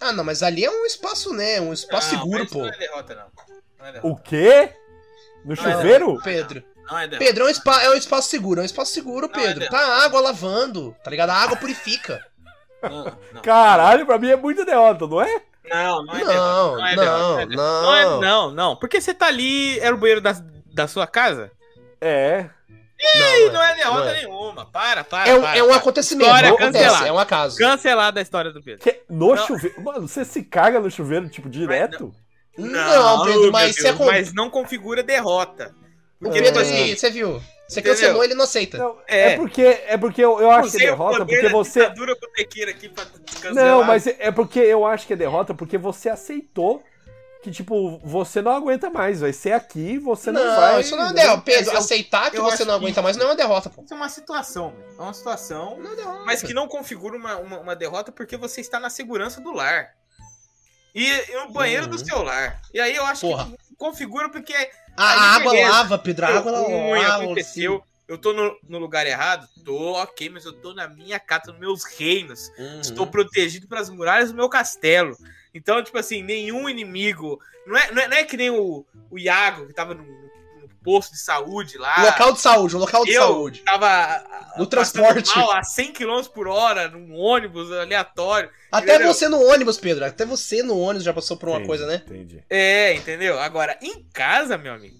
B: Ah, não, mas ali é um espaço, né? Um espaço
A: Não,
B: seguro,
A: mas
B: pô.
A: Não é derrota, não. Não é derrota.
C: O quê?
A: Não,
C: No
A: é
C: chuveiro?
B: Pedro.
A: Não é derrota.
B: Pedro, é um, spa- é um espaço seguro, é um espaço seguro,
A: Não,
B: Pedro.
A: é
B: Tá água lavando, tá ligado? A água purifica.
A: Não, não.
C: Caralho, pra mim é muita derrota, não é?
A: Não, não é derrota.
B: Não,
A: Não é
B: não,
A: derrota, Não, é,
B: não.
A: não, não. Porque você tá ali, era o banheiro da, da sua casa?
C: É.
A: Ih,
B: não
A: não
B: é.
A: é derrota
B: Não é.
A: nenhuma. Para, para.
B: É um,
A: para,
B: é um
A: para.
B: acontecimento,
A: História
B: acontece,
A: cancelada.
B: é um acaso.
A: Cancelada a história do Pedro.
C: Que- no
A: Não.
C: chuveiro. Mano, você se caga no chuveiro, tipo, direto?
B: Não, Pedro,
A: meu
B: mas você
A: Deus,
B: acon-
A: mas não configura derrota.
B: O
A: Porque, tipo
B: Pedro,
A: assim,
B: ele, você viu? Você
A: Entendeu?
B: cancelou, ele não aceita.
C: Não, é.
A: É.
C: porque é porque eu, eu acho que é
A: usei o
C: derrota,
A: poder
C: porque
A: da
C: você.
A: ditadura botequeira aqui pra cancelar.
C: Não, mas é é porque eu acho que é derrota, porque você aceitou que, tipo, você não aguenta mais, vai ser aqui, você não,
B: não,
C: vai.
B: isso não é
C: entendeu?
B: derrota. Pedro,
A: Eu-
B: aceitar que
A: eu
B: você
A: acho
B: não
A: que-
B: aguenta mais não é uma derrota, pô.
A: Isso é uma situação, meu. É uma situação,
B: Não é derrota.
A: mas que não configura uma, uma, uma derrota porque você está na segurança do lar. E, e no banheiro do
B: Uhum.
A: seu lar. E aí eu acho
B: Porra.
A: que configura porque é
B: A, a
A: Aí,
B: água
A: beleza.
B: lava, ah, Pedro, a água
A: Deu ruim,
B: lava.
A: aconteceu. Eu tô no, no lugar errado? Tô, ok, mas eu tô na minha casa, nos meus reinos.
B: Uhum.
A: Estou protegido pelas muralhas do meu castelo. Então, tipo assim, nenhum inimigo. Não é, não é, não é que nem o, o Iago, que tava no, no posto de saúde lá.
B: Local de saúde, um local de
A: Eu-
B: saúde.
A: Tava a- a-
B: No
A: passando
B: transporte.
A: mal a 100 km por hora, num ônibus aleatório.
B: Até
A: Entendeu?
B: você no ônibus, Pedro, até você no ônibus já passou por uma
C: Entendi,
B: coisa, né?
C: Entendi.
A: É, entendeu? Agora, em casa, meu amigo.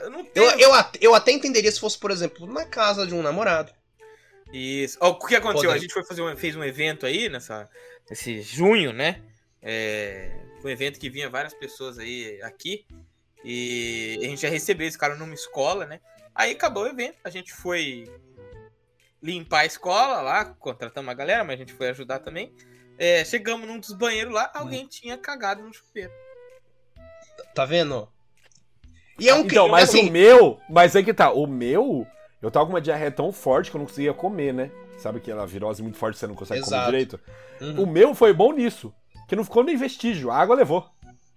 A: Eu não
B: Eu,
A: tenho.
B: eu, at- eu até entenderia se fosse, por exemplo, na casa de um namorado.
A: Isso. Ó, o que aconteceu?
B: Rodando.
A: A gente foi fazer um, fez um evento aí nessa, nesse junho, né? É, um evento que vinha várias pessoas aí aqui. E a gente já recebeu esse cara numa escola, né? Aí acabou o evento, a gente foi limpar a escola lá, contratamos uma galera, mas a gente foi ajudar também. É, chegamos num dos banheiros lá,
B: Hum.
A: alguém tinha cagado no chuveiro.
B: Tá vendo? E é um
C: Então,
B: crime,
C: mas
B: assim,
C: o meu. Mas é que tá, o meu. Eu tava com uma diarreia tão forte que eu não conseguia comer, né? Sabe aquela virose muito forte que você não consegue
B: Exato.
C: comer direito?
B: Uhum.
C: O meu foi bom nisso. Que não ficou nem vestígio, a água levou.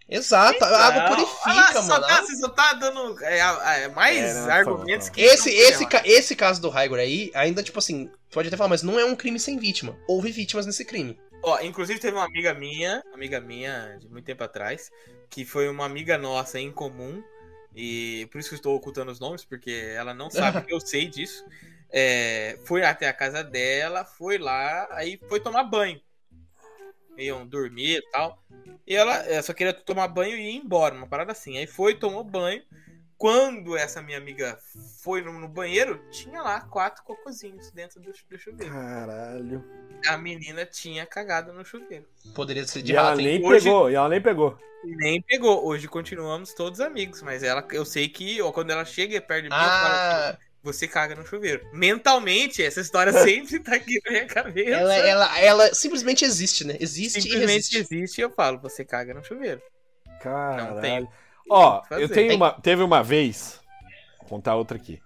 B: Exato, a Tá, água purifica,
A: Ah, só
B: mano.
A: tá- você só tá dando é, é, mais
C: É, não,
A: argumentos
C: não,
A: que.
B: Esse,
A: não tem,
B: esse,
A: ó.
B: ca- esse caso do Raigor aí, ainda, tipo assim, pode até falar, mas não é um crime sem vítima. Houve vítimas nesse crime.
A: Ó, inclusive teve uma amiga minha, amiga minha de muito tempo atrás, que foi uma amiga nossa em comum, e por isso que eu estou ocultando os nomes, porque ela não sabe que eu sei disso. É, foi até a casa dela, foi lá, aí foi tomar banho. Iam dormir e tal. E ela é, só queria tomar banho e ir embora, uma parada assim. Aí foi, tomou banho. Quando essa minha amiga foi no, no banheiro, tinha lá quatro cocôzinhos dentro do, chu- do chuveiro.
C: Caralho.
A: A menina tinha cagado no chuveiro.
B: Poderia ser de
C: E ela
B: rato, hein?
C: nem
A: Hoje-
C: pegou, e ela nem pegou.
A: Nem pegou. Hoje continuamos todos amigos, mas ela, eu sei que ó, quando ela chega perto de mim, eu falo,
B: Ah,
A: você caga no chuveiro. Mentalmente, essa
B: *laughs*
A: história sempre tá aqui na minha cabeça.
B: ela, é ela, ela simplesmente existe, né? Existe e
A: Simplesmente
B: resiste.
A: existe e eu falo, você caga no chuveiro.
C: Caralho.
A: Não tem.
C: Ó,
A: o que
C: eu
A: fazer.
C: tenho
B: Tem.
C: uma, teve uma vez, vou contar outra aqui,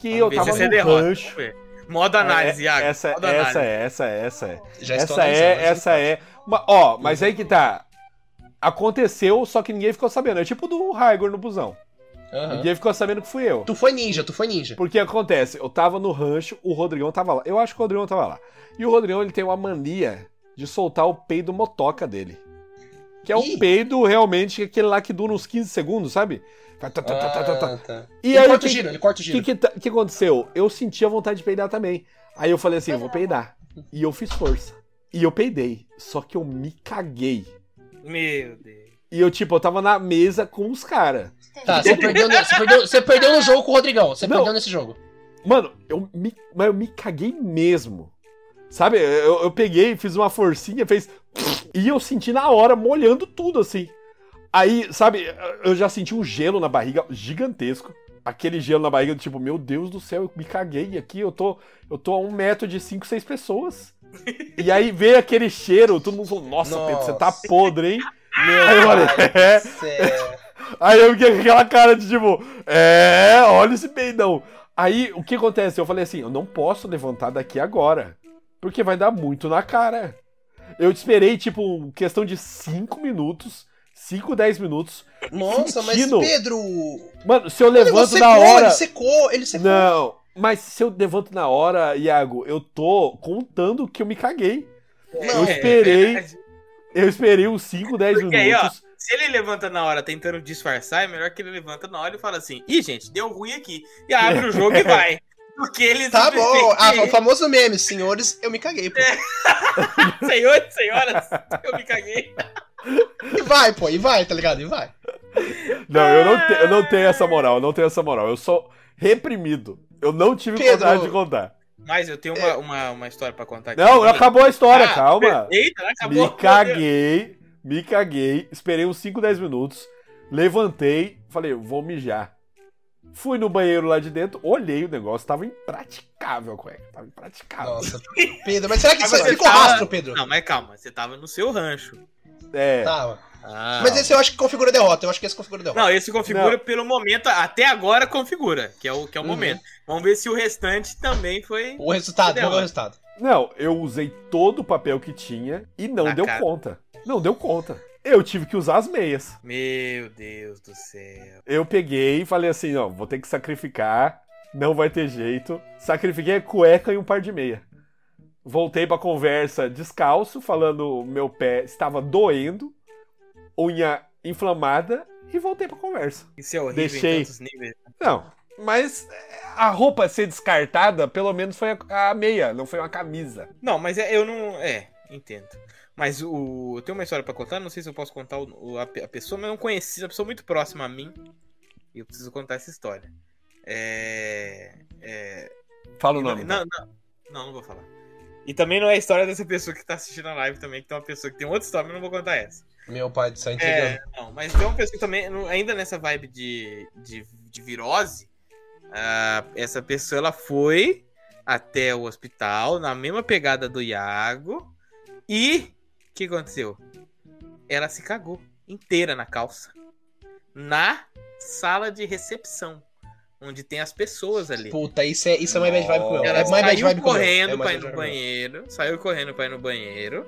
C: que
A: Vamos ver
C: eu
A: se essa
C: tava
A: é
C: num
A: derrota,
C: rancho.
A: vamos ver. Modo análise,
C: É,
A: Iago.
C: Essa,
A: modo análise.
C: essa é, essa é, essa é.
B: Já estou
C: Essa
B: analisando,
C: é,
B: mas-
C: essa é. Uma- ó, mas aí que tá. Aconteceu, só que ninguém ficou sabendo. É tipo do Raigor no busão.
B: Aham.
C: Ninguém ficou sabendo que fui eu.
B: Tu foi ninja, tu foi ninja.
C: Porque acontece, eu tava no rancho, o Rodrigão tava lá. Eu acho que o Rodrigão tava lá. E o Rodrigão, ele tem uma mania de soltar o peido motoca dele. Que é
B: Ih.
C: um peido realmente aquele lá que dura uns 15 segundos, sabe? Tá, tá, tá, tá, tá, tá, tá.
B: Ah, tá.
C: E
B: ele
C: aí, o
B: corta o
C: que,
B: giro, ele corta o
C: que,
B: giro.
C: que, tá- que aconteceu? Eu senti a vontade de peidar também. Aí eu falei assim, eu vou peidar. E eu fiz força. E eu peidei. Só que eu me caguei. é-
A: Meu Deus.
C: E eu, tipo, eu tava na mesa com os caras.
B: Tá, você perdeu, ne- você, perdeu, você perdeu no jogo com o Rodrigão. Você
C: Não.
B: perdeu nesse jogo.
C: Mano, eu me, mas eu me caguei mesmo. Sabe, eu, eu peguei, fiz uma forcinha, fez. E eu senti na hora, molhando tudo assim. Aí, sabe, eu já senti um gelo na barriga gigantesco. aquele gelo na barriga, tipo, meu Deus do céu, eu me caguei aqui, eu tô, eu tô a um metro de cinco, seis pessoas. E aí veio aquele cheiro, todo mundo falou, nossa, Pedro, você tá
B: Nossa.
C: podre, hein?
B: Meu
C: Aí eu falei,
B: pai
C: *laughs*
B: do
C: é.
B: céu.
C: Aí eu fiquei com aquela cara de tipo, é, olha esse peidão. Aí o que acontece? Eu falei assim, eu não posso levantar daqui agora, porque vai dar muito na cara. Eu te esperei, tipo, questão de 5 minutos, 5, 10 minutos.
B: Nossa, mas
C: Sentindo.
B: Pedro.
C: Mano, se eu
B: o
C: levanto
B: negócio
C: na
B: secou,
C: hora.
B: Ele secou, ele secou.
C: Não, mas se eu levanto na hora, Iago, eu tô contando que eu me caguei.
B: Não,
C: eu
A: É,
C: esperei. Eu esperei uns 5, 10
A: Porque aí, ó,
C: minutos.
A: Se ele levanta na hora tentando disfarçar, é melhor que ele levanta na hora e fala assim: Ih, gente, deu ruim aqui. E abre o
B: *laughs*
A: jogo e vai. Porque ele
B: Tá bom.
A: *laughs*
B: Ah, o
A: simplesmente-
B: famoso meme, senhores, eu me caguei, pô.
A: Senhores, senhoras, eu me caguei.
B: E vai, pô, e vai, tá ligado? E vai.
C: Não, eu não, te- eu não tenho essa moral, eu não tenho essa moral. Eu sou reprimido. Eu não tive
B: Pedro.
C: coragem de contar.
A: Mas eu tenho uma, uma, uma história pra contar aqui.
C: É. Não,
A: também.
C: acabou a história,
A: Ah,
C: calma.
A: Eita, acabou.
C: Me caguei, me caguei, esperei uns 5, 10 minutos, levantei, falei, "Eu vou mijar. Fui no banheiro lá de dentro, olhei o negócio, tava impraticável a cueca, tava impraticável.
B: Nossa, Pedro, mas será que isso
A: Mas você
B: ficou
A: tava-
B: rastro, Pedro?
A: tá. Não, mas calma, você tava no seu rancho.
C: É,
B: Tá.
A: Ah.
B: Mas esse eu acho que configura derrota. Eu acho que esse configura derrota.
A: Não, esse configura pelo momento, até agora configura, que é o, que é o
B: Uhum.
A: momento. Vamos ver se o restante também foi.
B: O resultado,
A: Derrota.
B: qual é o resultado?
C: não, eu usei todo o papel que tinha e não
A: Na
C: deu
A: cara.
C: conta. Não deu conta. Eu tive que usar as meias.
A: Meu Deus do céu.
C: Eu peguei e falei assim, ó, vou ter que sacrificar, não vai ter jeito. Sacrifiquei a cueca e um par de meia. Voltei pra conversa descalço, falando meu pé estava doendo, unha inflamada e voltei pra conversa.
A: Isso é horrível
C: Deixei.
A: em tantos níveis.
C: Não, mas é, a roupa ser descartada, pelo menos foi a, a meia, não foi uma camisa.
A: Não, mas é- eu não. É, entendo. Mas o. Eu tenho uma história pra contar, não sei se eu posso contar o- o- a, pe- a pessoa, mas eu não conheci, a pessoa muito próxima a mim. E eu preciso contar essa história. É. É.
C: Fala o
A: E
C: nome. tá?
A: Não, não, não, não, não vou falar. E também não é a história dessa pessoa que tá assistindo a live também, que tem uma pessoa que tem outra história, mas não vou contar essa.
B: Meu pai do
C: Tá
B: céu,
A: É,
B: entregando.
A: não, mas tem uma pessoa que também, não- ainda nessa vibe de, de, de virose, ah, essa pessoa ela foi até o hospital, na mesma pegada do Iago, e o que aconteceu? Ela se cagou inteira na calça. Na sala de recepção, onde tem as pessoas ali.
B: Puta, isso é, isso é mais bad vibe que o meu.
A: Ela
B: É mais bad
A: saiu
B: vibe que o meu.
A: correndo
B: É
A: pra
B: mais
A: ir
B: bad
A: no
B: vibe que o meu.
A: banheiro. Saiu correndo pra ir no banheiro.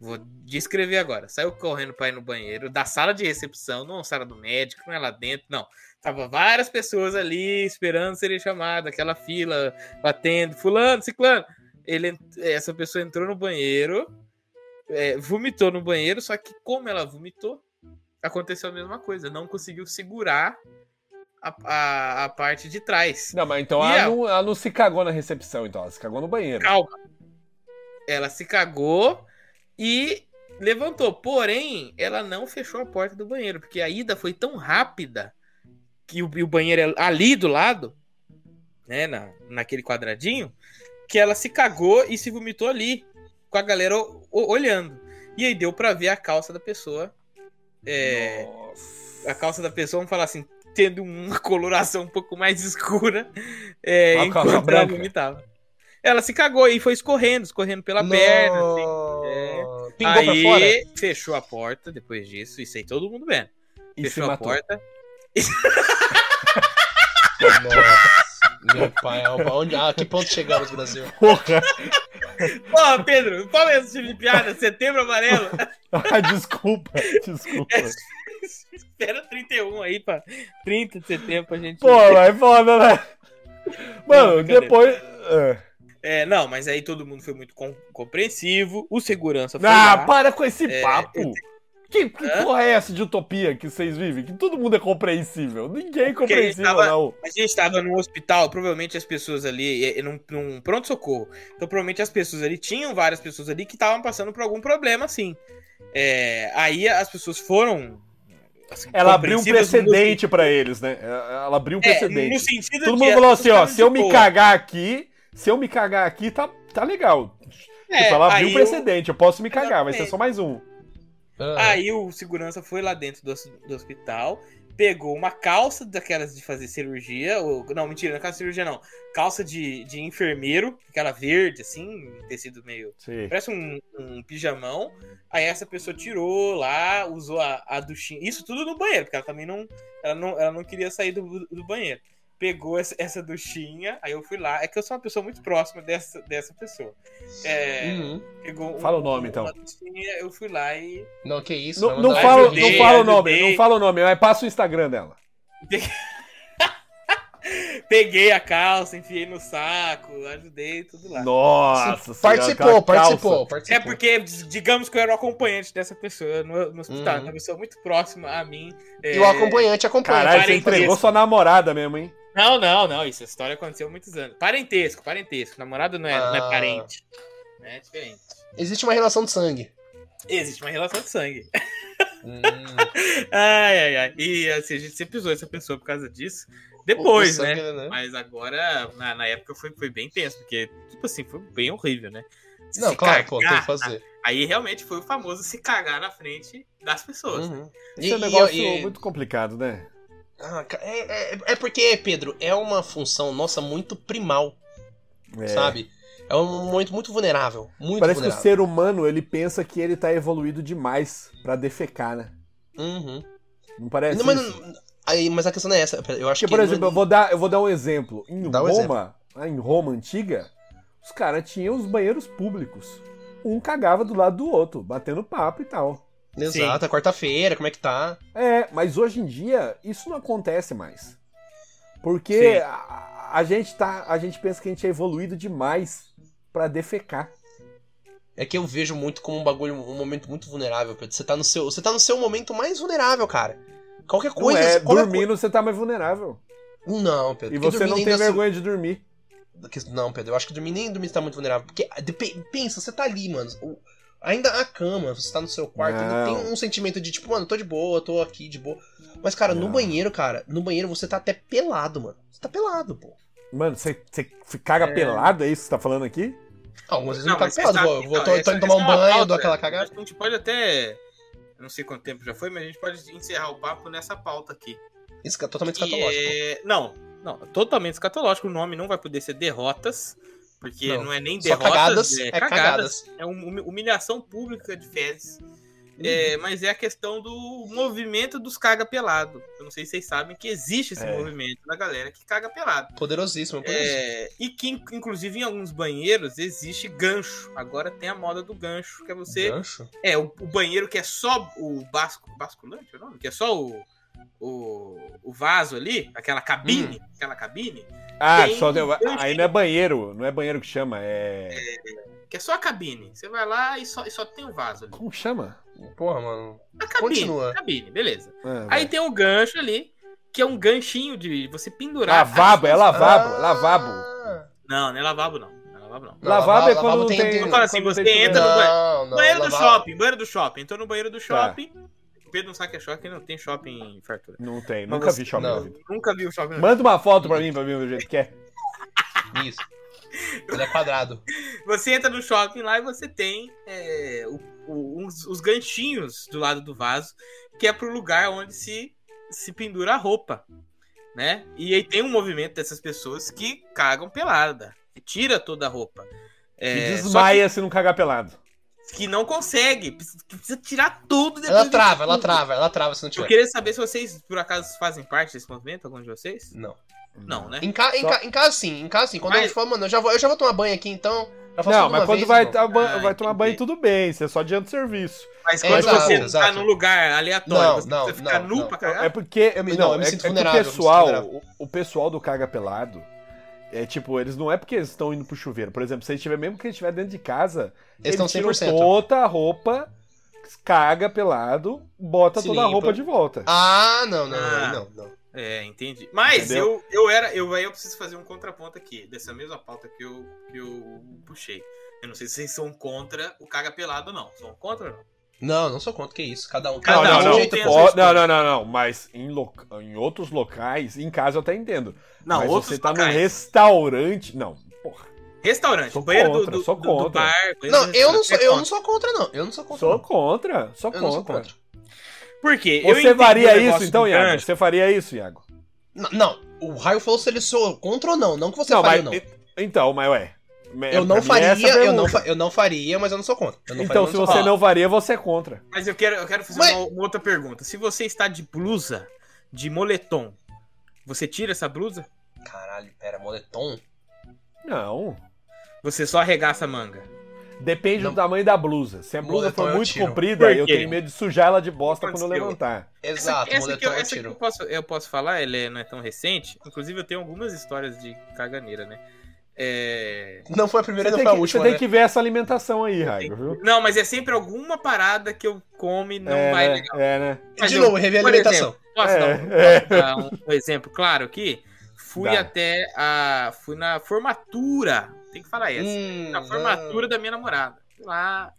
A: Vou descrever agora. Saiu correndo pra ir no banheiro da sala de recepção, não sala do médico, não é lá dentro, não. Tava várias pessoas ali esperando serem chamadas, aquela fila, batendo, fulano, ciclano. Ele, ent- essa pessoa entrou no banheiro, é, vomitou no banheiro, só que como ela vomitou, aconteceu a mesma coisa. Não conseguiu segurar a, a- a parte de trás.
C: Não, mas então
A: E
C: ela
A: a- Ah,
C: não, ela não se cagou na recepção, então, ela se cagou no banheiro.
A: Calma. Ela se cagou e levantou. Porém, ela não fechou a porta do banheiro, porque a ida foi tão rápida que o, e o banheiro é ali do lado, né, na, naquele quadradinho, que ela se cagou e se vomitou ali, com a galera o- o- olhando. E aí deu pra ver a calça da pessoa. É,
C: Nossa.
A: a calça da pessoa, vamos falar assim, tendo uma *laughs* coloração um pouco mais escura é,
C: Uma calça
A: enquanto ela
C: branca.
A: vomitava. Ela se cagou e foi escorrendo, escorrendo pela perna. assim.
B: Nossa. Pingou pra
A: Aí
B: fora?
A: fechou a porta depois disso, isso aí todo mundo vendo.
C: E se
A: fechou a
C: matou.
A: porta.
B: Nossa. Meu pai, onde, ah, que ponto chegamos, Brasil?
C: Porra.
A: Porra, Pedro, qual é esse tipo de piada? Setembro amarelo? *laughs*
C: Ah, *laughs* desculpa, desculpa.
A: É, Espera 31 aí, pra 30 de setembro pra gente.
C: Pô, mas é foda, né? Mano,
A: Não, brincadeira.
C: depois. Ah,
A: É, não, mas aí todo mundo foi muito com- compreensivo. O segurança foi.
C: Ah,
A: lá.
C: para com esse
A: É,
C: papo!
A: eu
C: Que, que
A: Hã?
C: porra é essa de utopia que vocês vivem? Que todo mundo é compreensível. Ninguém é compreensível,
A: tava-
C: não.
A: A gente estava num hospital, provavelmente as pessoas ali, eh, eh, num, num pronto-socorro. Então, provavelmente as pessoas ali, tinham várias pessoas ali que estavam passando por algum problema, assim. É, aí as pessoas foram. assim,
C: Ela abriu um
A: compreensivas no-
C: precedente pra eles, né? Ela abriu um
A: É,
C: precedente.
A: no sentido
C: Todo
A: de
C: mundo falou
A: elas
C: assim, ó,
A: ficaram
C: se eu
A: de
C: me
A: boa.
C: cagar aqui, se eu me cagar aqui, tá, tá legal.
A: É,
C: tipo, ela abriu
A: aí o-
C: um precedente, eu posso me cagar, vai ser
A: Exatamente.
C: só mais um.
B: Ah,
A: Aí o segurança foi lá dentro do, hos- do hospital, pegou uma calça daquelas de fazer cirurgia, ou não, mentira, não é calça de cirurgia não, calça de, de enfermeiro, aquela verde assim, tecido meio,
C: Sim.
A: parece um, um pijamão, aí essa pessoa tirou lá, usou a, a duchinha, isso tudo no banheiro, porque ela também não, ela não, ela não queria sair do, do banheiro. Pegou essa, essa duchinha, aí eu fui lá. É que eu sou uma pessoa muito próxima dessa, dessa pessoa. É,
B: Uhum.
A: pegou um-
C: Hum. Fala o nome, então.
A: uma duchinha, eu fui lá e
B: Não, que isso.
C: Não,
B: vai
C: não
B: mandar-
A: fala-
C: fala,
A: ajudei,
C: não fala o nome,
A: ajudei.
C: não fala o nome, mas passa o Instagram dela.
A: Peguei a calça, enfiei no saco, ajudei, tudo lá.
C: Nossa, senhora,
B: Participou,
C: aquela tá calça.
B: participou, participou.
A: É porque, digamos que eu era o acompanhante dessa pessoa no, no hospital,
B: Uhum.
A: uma pessoa muito próxima a mim.
B: E
A: é,
B: o acompanhante acompanha.
C: Caralho, você
A: Parentesco.
C: entregou sua namorada mesmo, hein?
A: Não, não, não, isso, essa história aconteceu há muitos anos. Parentesco, parentesco, namorado não é, não
B: Ah.
A: é parente. né? É diferente.
B: Existe uma relação de sangue.
A: Existe uma relação de sangue. *laughs*
B: Hum,
A: Ai, ai, ai. E assim, a gente se pisou essa pessoa por causa disso. Depois,
B: o
A: né?
B: sangue,
A: Mas agora, na, na época, foi, foi bem tenso, porque, tipo assim, foi bem horrível, né?
B: Não,
A: Se
B: claro, pô, tem
A: cagar
B: que fazer.
A: Aí realmente foi o famoso se cagar na frente das pessoas. né?
B: Uhum.
C: Esse é um
B: E-
C: negócio
B: e-
C: muito complicado, né?
B: Ah, ca- é, é- é porque, Pedro, é uma função nossa muito primal,
C: É.
B: sabe? É um momento muito vulnerável. Muito
C: Parece que o
B: vulnerável.
C: ser humano, ele pensa que ele tá evoluído demais pra defecar, né?
B: Uhum.
C: Não parece
B: Não, mas,
C: isso?
B: não- aí, mas a questão é essa. Eu acho
C: Porque,
B: que.
C: por exemplo,
B: não-
C: eu vou dar, eu vou dar um exemplo. Em
B: Dá um
C: Roma, lá em Roma antiga, os caras tinham os banheiros públicos. Um cagava do lado do outro, batendo papo e tal.
B: Exato, é quarta-feira, como é que tá?
C: É, mas hoje em dia isso não acontece mais.
A: Sim.
C: Porque a, a gente tá, a gente pensa que a gente é evoluído demais pra defecar.
B: É que eu vejo muito como um bagulho, um momento muito vulnerável, Pedro. Você tá no seu, você tá no seu momento mais vulnerável, cara. Qualquer
C: Não
B: coisa.
C: é,
B: qualquer
C: dormindo você tá mais vulnerável.
B: coi- Não, Pedro.
C: E
B: porque
C: você
B: dormir
C: não
B: nem
C: tem
B: dá-
C: vergonha de dormir.
B: Que- Não, Pedro, eu acho que dormir nem dormir tá muito vulnerável. Porque ah, depe- pensa, você tá ali, mano. o- Ainda a cama, você tá no seu quarto, ainda
C: Não.
B: tem um sentimento de tipo, mano, tô de boa, tô aqui de boa. Mas, cara, no
C: Não.
B: banheiro, cara, no banheiro você tá até pelado, mano. Você tá pelado, pô.
C: Mano, você, você caga pelado, é isso que você tá falando aqui?
B: Algumas vezes não, tá
A: mas você
B: pelado.
A: sabe-
B: vou, vou,
A: então,
B: tô, tô
A: essa-
B: indo tomar
A: essa
B: um
A: é uma
B: banho,
A: pauta.
B: dou aquela cagada.
A: Acho que a gente pode até. eu Não sei quanto tempo já foi, mas a gente pode encerrar o papo nessa pauta aqui.
B: Isso é totalmente
A: Que
B: escatológico.
A: é- Não, não, totalmente escatológico. O nome não vai poder ser derrotas, porque
B: Não,
A: não, é nem
B: Só
A: derrotas,
B: cagadas, é,
A: cagadas.
B: cagadas.
A: É um- humi- humilhação pública de fezes.
B: Uhum.
A: É, mas é a questão do movimento dos caga pelado. Eu não sei se vocês sabem que existe esse
C: É.
A: movimento da galera que caga pelado.
B: Poderosíssimo, poderosíssimo.
A: É, e que, in- inclusive, em alguns banheiros existe gancho. Agora tem a moda do gancho, que é você.
B: Gancho?
A: É, o, o banheiro que é só o basco, basculante, é o nome? Que é só o, o, o vaso ali, aquela
C: Hum.
A: cabine, aquela cabine,
C: Ah,
A: Tem,
C: só deu,
A: eu
C: aí não é banheiro, não é banheiro que chama, é.
A: que é só a cabine. Você vai lá e só, e só tem o vaso ali.
C: Como chama?
B: Porra, mano.
A: A cabine,
B: Continua.
A: cabine, beleza.
C: Ah, vai.
A: Aí tem um gancho ali, que é um ganchinho de você pendurar.
C: lavabo, é lavabo,
B: Ah.
C: lavabo.
A: Não, não é lavabo, não. Não é lavabo, não.
B: Não,
C: Lavabo é
B: lavabo
C: quando não
B: tem-
C: tem.
B: tem-
C: quando
A: Fala assim,
C: não tem
A: você
C: chuveiro.
A: entra no
B: Não, não.
A: banheiro é do
B: lavar-
A: shopping, banheiro do shopping. Entrou no banheiro
C: Tá.
A: do shopping. O Pedro não sabe que é shopping, não. Tem shopping em fartura.
C: Não tem,
A: Mas
C: nunca
A: você-
C: vi shopping.
B: não.
C: na vida.
A: Nunca vi um shopping. na
C: Manda uma foto pra mim pra mim ver o jeito que é.
B: Isso. Ele é
A: *laughs*
B: quadrado.
A: Você entra no shopping lá e você tem é, o- o- uns, os ganchinhos do lado do vaso, que é pro lugar onde se, se pendura a roupa, né? E aí tem um movimento dessas pessoas que cagam pelada, que tira toda a roupa.
C: Que
A: É, só
C: desmaia se não cagar pelado.
A: que, que não consegue, precisa- que precisa tirar tudo. depois
B: Ela
A: de
B: trava, ela
A: tudo.
B: trava, ela trava se não tiver.
A: Eu queria saber se vocês, por acaso, fazem parte desse movimento, algum de vocês?
B: Não.
A: Não, né?
B: Em, ca- em,
C: Só-
B: ca- em casa sim, em casa sim. Quando
A: Mas-
B: eu for, mano, eu já vou, eu já vou tomar banho aqui então. Já faço
C: Não,
B: tudo uma
C: mas quando
B: vez,
C: vai,
B: irmão.
C: tá- ba-
A: Ah,
C: vai tomar
A: entendi.
C: banho, tudo bem. Você só adianta o serviço.
A: Mas
B: É,
A: quando
B: exato,
A: você tá
B: exato.
A: num lugar aleatório,
B: Não,
A: você
B: não,
A: precisa ficar
B: não,
A: nu
B: não.
A: pra cagar?
C: É porque.
B: Eu me-
C: não,
B: não, eu me
C: é,
B: sinto
C: é que
B: vulnerável, eu
C: o
B: me sinto
C: pessoal,
B: vulnerável.
C: o, o pessoal do caga pelado. É tipo, eles não é porque eles estão indo pro chuveiro. Por exemplo, se ele tiver, mesmo que ele estiver dentro de casa,
B: Eles estão
C: tira
B: 100%.
C: toda a roupa, caga pelado, bota
B: Se
C: toda a
B: limpa.
C: roupa de volta.
B: Ah, não, não,
A: Ah.
B: não, não.
A: É, entendi. Mas
C: Entendeu?
A: eu, eu era. Eu, aí eu preciso fazer um contraponto aqui, dessa mesma pauta que eu, que eu puxei. Eu não sei se vocês são contra o caga pelado ou não. São contra ou não?
B: Não, não sou contra, que isso. Cada um,
A: Cada
B: cada
A: um
B: um, de um jeito.
A: tem a
C: Ó,
A: sua escolha.
C: não, não, não, não. Mas em, loca- em outros locais, em casa eu até entendo. mas você tá num
A: locais.
C: restaurante. Não, porra.
A: Restaurante,
C: Sou
A: banheiro
C: contra,
A: do, do,
C: sou
A: do- do
C: contra.
A: bar. banheiro
B: Não,
A: do
B: eu não, sou,
A: restaurante.
B: eu não sou contra, não. Eu não sou contra.
C: Sou
B: não.
C: contra. Sou
B: Eu
C: contra.
B: não sou contra.
A: Por quê? Eu
C: Você
A: entendi o
C: faria
A: negócio
C: isso então,
A: do
C: Iago?
A: gancho.
C: Você faria isso, Iago?
B: N- Não, o Raio falou se ele sou contra ou não, não que você
C: não,
B: faria
C: mas.
B: ou não.
C: Então, mas ué.
B: Eu não
C: pra mim é
B: faria,
C: essa a
B: eu
C: pergunta.
B: não, fa- eu não faria, mas eu não sou contra. Eu não faria,
C: Então,
B: mas
C: se
B: eu não
C: você
B: sou
C: não faria, você é contra.
A: Mas eu quero, eu quero fazer
B: Mas-
A: uma, uma outra pergunta. Se você está de blusa, de moletom, você tira essa blusa?
B: contra. Caralho, pera, moletom?
C: Não.
A: Você só arregaça a manga?
C: Depende
B: Não.
C: do tamanho da blusa. Se a blusa
B: Moletom
C: for
B: eu
C: muito
B: tiro.
C: comprida,
A: Por
C: eu
A: quê?
C: tenho medo de sujar ela de bosta quando eu
A: Aconteceu.
C: levantar.
A: essa
B: Exato,
A: que,
B: moletom
A: eu,
B: eu
A: essa que eu
B: tiro.
A: posso, eu posso falar, ela é- não é tão recente. Inclusive, eu tenho algumas histórias de caganeira, né? É...
B: Não foi a primeira,
C: Você
B: não
C: tem,
B: foi a
C: que, você
B: última,
C: tem
B: né?
C: que ver essa alimentação aí, Raigo, viu?
A: Não, mas é sempre alguma parada que eu como e não
C: é,
A: vai
C: né?
A: legal.
C: É, né?
A: Mas
B: De
A: eu-
B: novo, rever a
A: por
B: alimentação.
A: Posso
C: É,
A: dar
C: *laughs*
A: um,
C: é.
A: posso dar um- um exemplo claro aqui? Fui
C: Dá.
A: até a. Fui na formatura. Tem que falar essa.
B: Hum,
A: na formatura da minha namorada. Fui lá.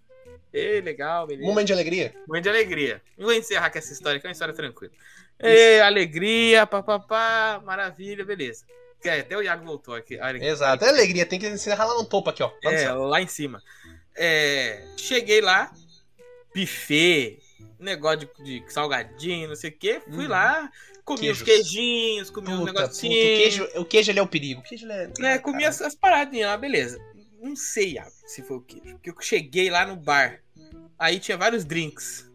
A: Ei, legal,
B: hum.
A: beleza.
B: Momento de alegria?
A: Momento de alegria. Não vou encerrar com essa história, que é uma história tranquila.
B: É
A: Ê, alegria, papapá, maravilha, beleza. Que Até o Iago voltou aqui. Olha aqui.
B: Exato, é alegria, tem que encerrar lá no topo aqui, ó. Lá
A: É,
B: no céu.
A: lá em cima. É, cheguei lá, buffet, negócio de, de salgadinho, não sei o quê. Fui
B: Uhum.
A: lá, comi
B: Queijos.
A: os queijinhos, comi
B: Puta,
A: uns
B: puta, o
A: negocinhos.
B: queijo, o queijo ele é o perigo. O queijo ele é.
A: né,
B: Ah,
A: assim- comi
B: cara.
A: as, as paradinhas lá, beleza. Não sei Iago, se foi o queijo. Porque eu cheguei lá no bar. Aí tinha vários drinks.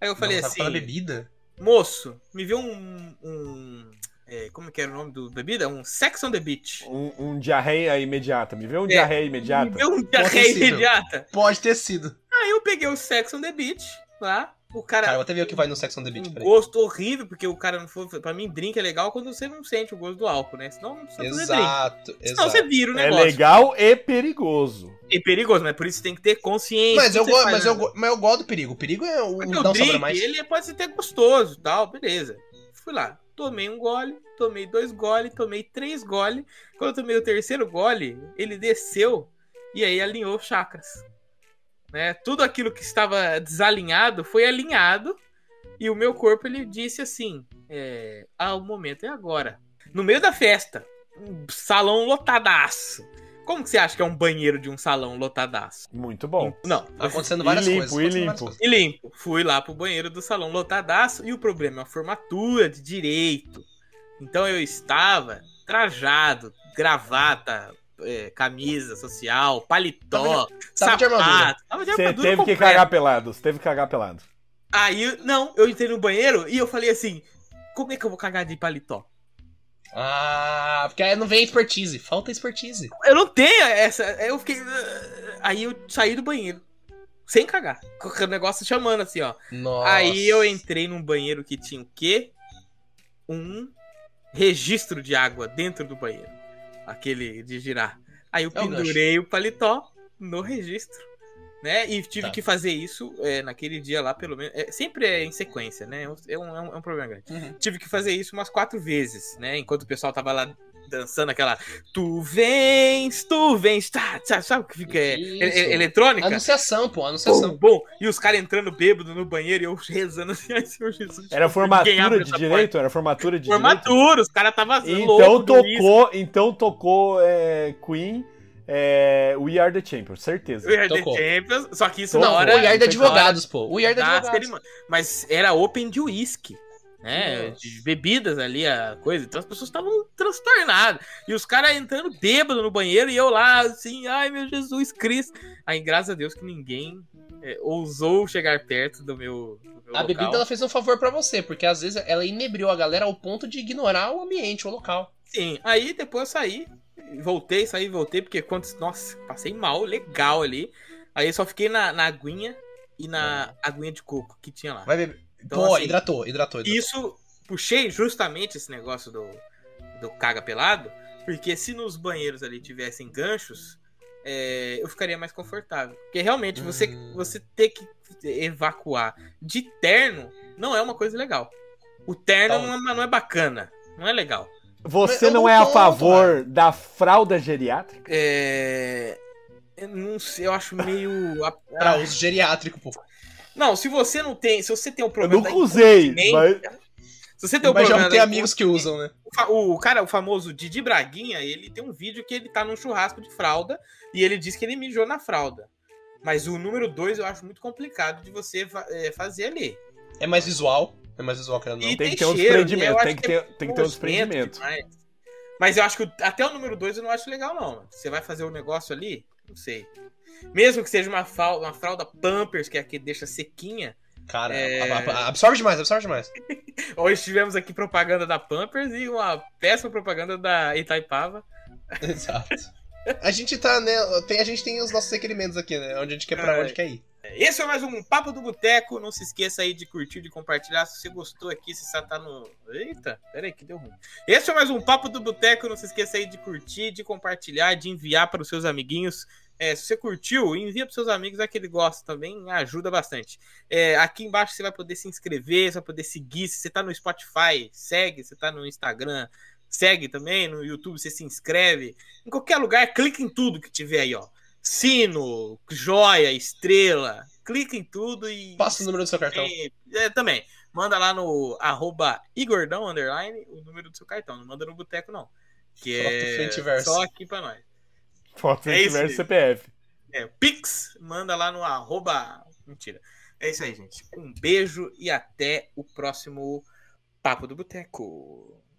A: Aí eu falei
B: Não, tava
A: assim.
B: falando bebida?
A: Moço, me viu um. um é, como que era o nome do bebida? Um Sex on the Beach.
C: Um, um diarreia imediata. Me vê um
A: É.
C: diarreia
A: Me
C: imediata.
A: deu um diarreia
B: possível.
A: imediata.
B: Pode ter sido.
A: Aí eu peguei o Sex on the Beach lá. O cara.
B: Cara, eu vou até ver o que vai no Sex on the Beach,
A: um
B: peraí.
A: gosto horrível, porque o cara não foi. Pra mim, drink é legal quando você não sente o gosto do álcool, né? Senão não precisa fazer drink.
B: Exato,
A: Senão
B: exato.
A: você vira o
C: É
A: negócio. É,
C: legal e perigoso.
A: perigoso, mas por isso tem que ter consciência.
B: Mas eu,
A: Você
B: go-
A: faz-
B: mas, eu, go- mas eu gosto do perigo. O perigo é o
A: Porque
B: não
A: o
B: saber
A: drink,
B: mais.
A: ele pode ser até gostoso e tal, beleza. Fui lá, tomei um gole, tomei dois gole, tomei três gole. Quando eu tomei o terceiro gole, ele desceu e aí alinhou os chakras. Né? Tudo aquilo que estava desalinhado foi alinhado e o meu corpo ele disse assim: é, ah, o momento é agora. No meio da festa, um salão lotadaço. Como que você acha que é um banheiro de um salão lotadaço?
C: Muito bom.
A: Não,
B: Tá acontecendo várias
C: E limpo,
B: coisas.
C: e
B: acontecendo várias
C: limpo.
B: coisas.
A: e limpo. Fui lá pro banheiro do salão lotadaço e o problema é a formatura de direito. Então eu estava trajado, gravata, é, camisa social, paletó,
B: tava de
A: sapato.
B: armadura.
A: tava de
C: Você
A: armadura
C: teve que
A: completa.
C: cagar pelado. Você teve que cagar pelado.
A: Aí, não, eu entrei no banheiro e eu falei assim, como é que eu vou cagar de paletó?
B: Ah, porque aí não vem expertise. Falta expertise.
A: Eu não tenho essa. Eu fiquei. "Ah, Aí eu saí do banheiro. Sem cagar. Com o negócio chamando assim, ó.
B: Nossa.
A: Aí eu entrei num banheiro que tinha o quê? Um registro de água dentro do banheiro. Aquele de girar. Aí eu
B: É o gancho.
A: pendurei o paletó no registro. Né? E tive
B: Tá.
A: que fazer isso é, naquele dia lá, pelo menos. é, sempre é em sequência, né? É um, é um- é um problema grande.
B: Uhum.
A: Tive que fazer isso umas quatro vezes, né? Enquanto o pessoal tava lá dançando aquela. Tu vens, tu vens. Tá, tá, sabe o que fica? É,
B: Isso.
A: é- é- eletrônica?
B: Anunciação, pô,
A: Bom,
B: anunciação.
A: bom, e os caras entrando bêbado no banheiro e eu rezando assim, *laughs* ai, Senhor Jesus. ninguém
C: Era
A: abre
C: formatura de
A: essa
C: direito? Era formatura de
A: porta. Formatura, os caras estavam
C: direito?
A: louco
C: Então
A: do uísque.
C: tocou, então tocou é, Queen, é, We Are The Champions, certeza.
A: We Are The
B: Tocou.
A: Champions, só que isso
C: Tocou.
A: na hora
B: o Yard de
A: foi na hora
B: advogados, pô. O Yard de
A: da
B: advogados.
A: cerimônia. Mas era open de uísque. Né,
B: Nossa.
A: de bebidas ali, a coisa. Então as pessoas estavam transtornadas. E os caras entrando bêbado no banheiro e eu lá, assim, ai meu Jesus Cristo. Aí, graças a Deus que ninguém é, ousou chegar perto do meu. do meu
B: A
A: local.
B: bebida ela fez um favor pra você, porque às vezes ela inebriou a galera ao ponto de ignorar o ambiente, o local.
A: Sim, aí depois eu saí, voltei, saí, voltei, porque quantos. Nossa, passei mal, legal ali. Aí eu só fiquei na, na aguinha e na aguinha de coco que tinha lá.
B: Vai beber.
A: Então,
B: É. pô,
A: assim,
B: hidratou, hidratou, hidratou.
A: isso puxei justamente esse negócio do, do caga pelado, porque se nos banheiros ali tivessem ganchos, é, eu ficaria mais confortável. Porque realmente você,
B: Hum.
A: você ter que evacuar de terno não é uma coisa legal. O terno
B: Então-
A: não é- não é bacana, não é legal.
B: Mas
C: Você
B: eu
C: não
B: não
C: é a
B: tô,
C: favor da fralda geriátrica?
A: É. Eu não sei, eu acho meio. a-
B: Pra uso geriátrico, pô.
A: Não, se você não tem. Se você tem um
C: Eu
A: problema.
C: nunca
A: da-
C: usei,
A: nem-
C: mas
A: Se você tem um
B: Mas já
A: problema.
B: tem
A: da-
B: amigos que usam, né?
A: O, fa- o cara, o famoso Didi Braguinha, ele tem um vídeo que ele tá num churrasco de fralda e ele diz que ele mijou na fralda. Mas o número dois eu acho muito complicado de você fa- é, fazer ali.
B: É mais visual. É mais visual, querendo ou não.
A: E-
C: Tem
A: tem
C: que ter um
A: cheiro, né? Eu
C: desprendimento.
A: acho
C: Tem que
A: que
C: ter, tem que ter um
A: Nojento
C: desprendimento.
A: demais. Mas eu acho que o- até o número 2 eu não acho legal, não. mano. Você vai fazer o negócio ali? Não sei. Mesmo que seja uma, fal- uma fralda Pampers, que é a que deixa sequinha.
B: Cara,
A: É.
B: a- a- a- absorve demais, absorve *laughs* demais.
A: Hoje tivemos aqui propaganda da Pampers e uma péssima propaganda da Itaipava.
B: Exato. A gente tá, né? Tem, a gente tem os nossos requerimentos aqui, né? Onde a gente quer pra
A: Caralho.
B: onde quer ir.
A: Esse é mais um Papo do Boteco. Não se esqueça aí de curtir, de compartilhar. Se você gostou aqui, se você tá no. Eita, peraí que deu ruim. Esse é mais um Papo do Boteco. Não se esqueça aí de curtir, de compartilhar, de enviar para os seus amiguinhos. É, se você curtiu, envia para seus amigos, é que ele gosta também, ajuda bastante. É, aqui embaixo você vai poder se inscrever, você vai poder seguir. Se você tá no Spotify, segue. Se você tá no Instagram, segue também. No YouTube, você se inscreve. Em qualquer lugar, clica em tudo que tiver aí, ó sino, joia, estrela. Clica em tudo e.
B: Passa o número do seu cartão.
A: e- é, também. Manda lá no arroba igordão, underline, o número do seu cartão. Não manda no boteco, não. Que
B: Foto,
A: é
B: frente e verso.
A: só aqui pra nós.
C: Foto
A: É isso
C: versus
A: aí.
C: CPF.
A: É, Pix, manda lá no arroba. Mentira. É isso aí, gente. Um beijo e até o próximo Papo do Boteco.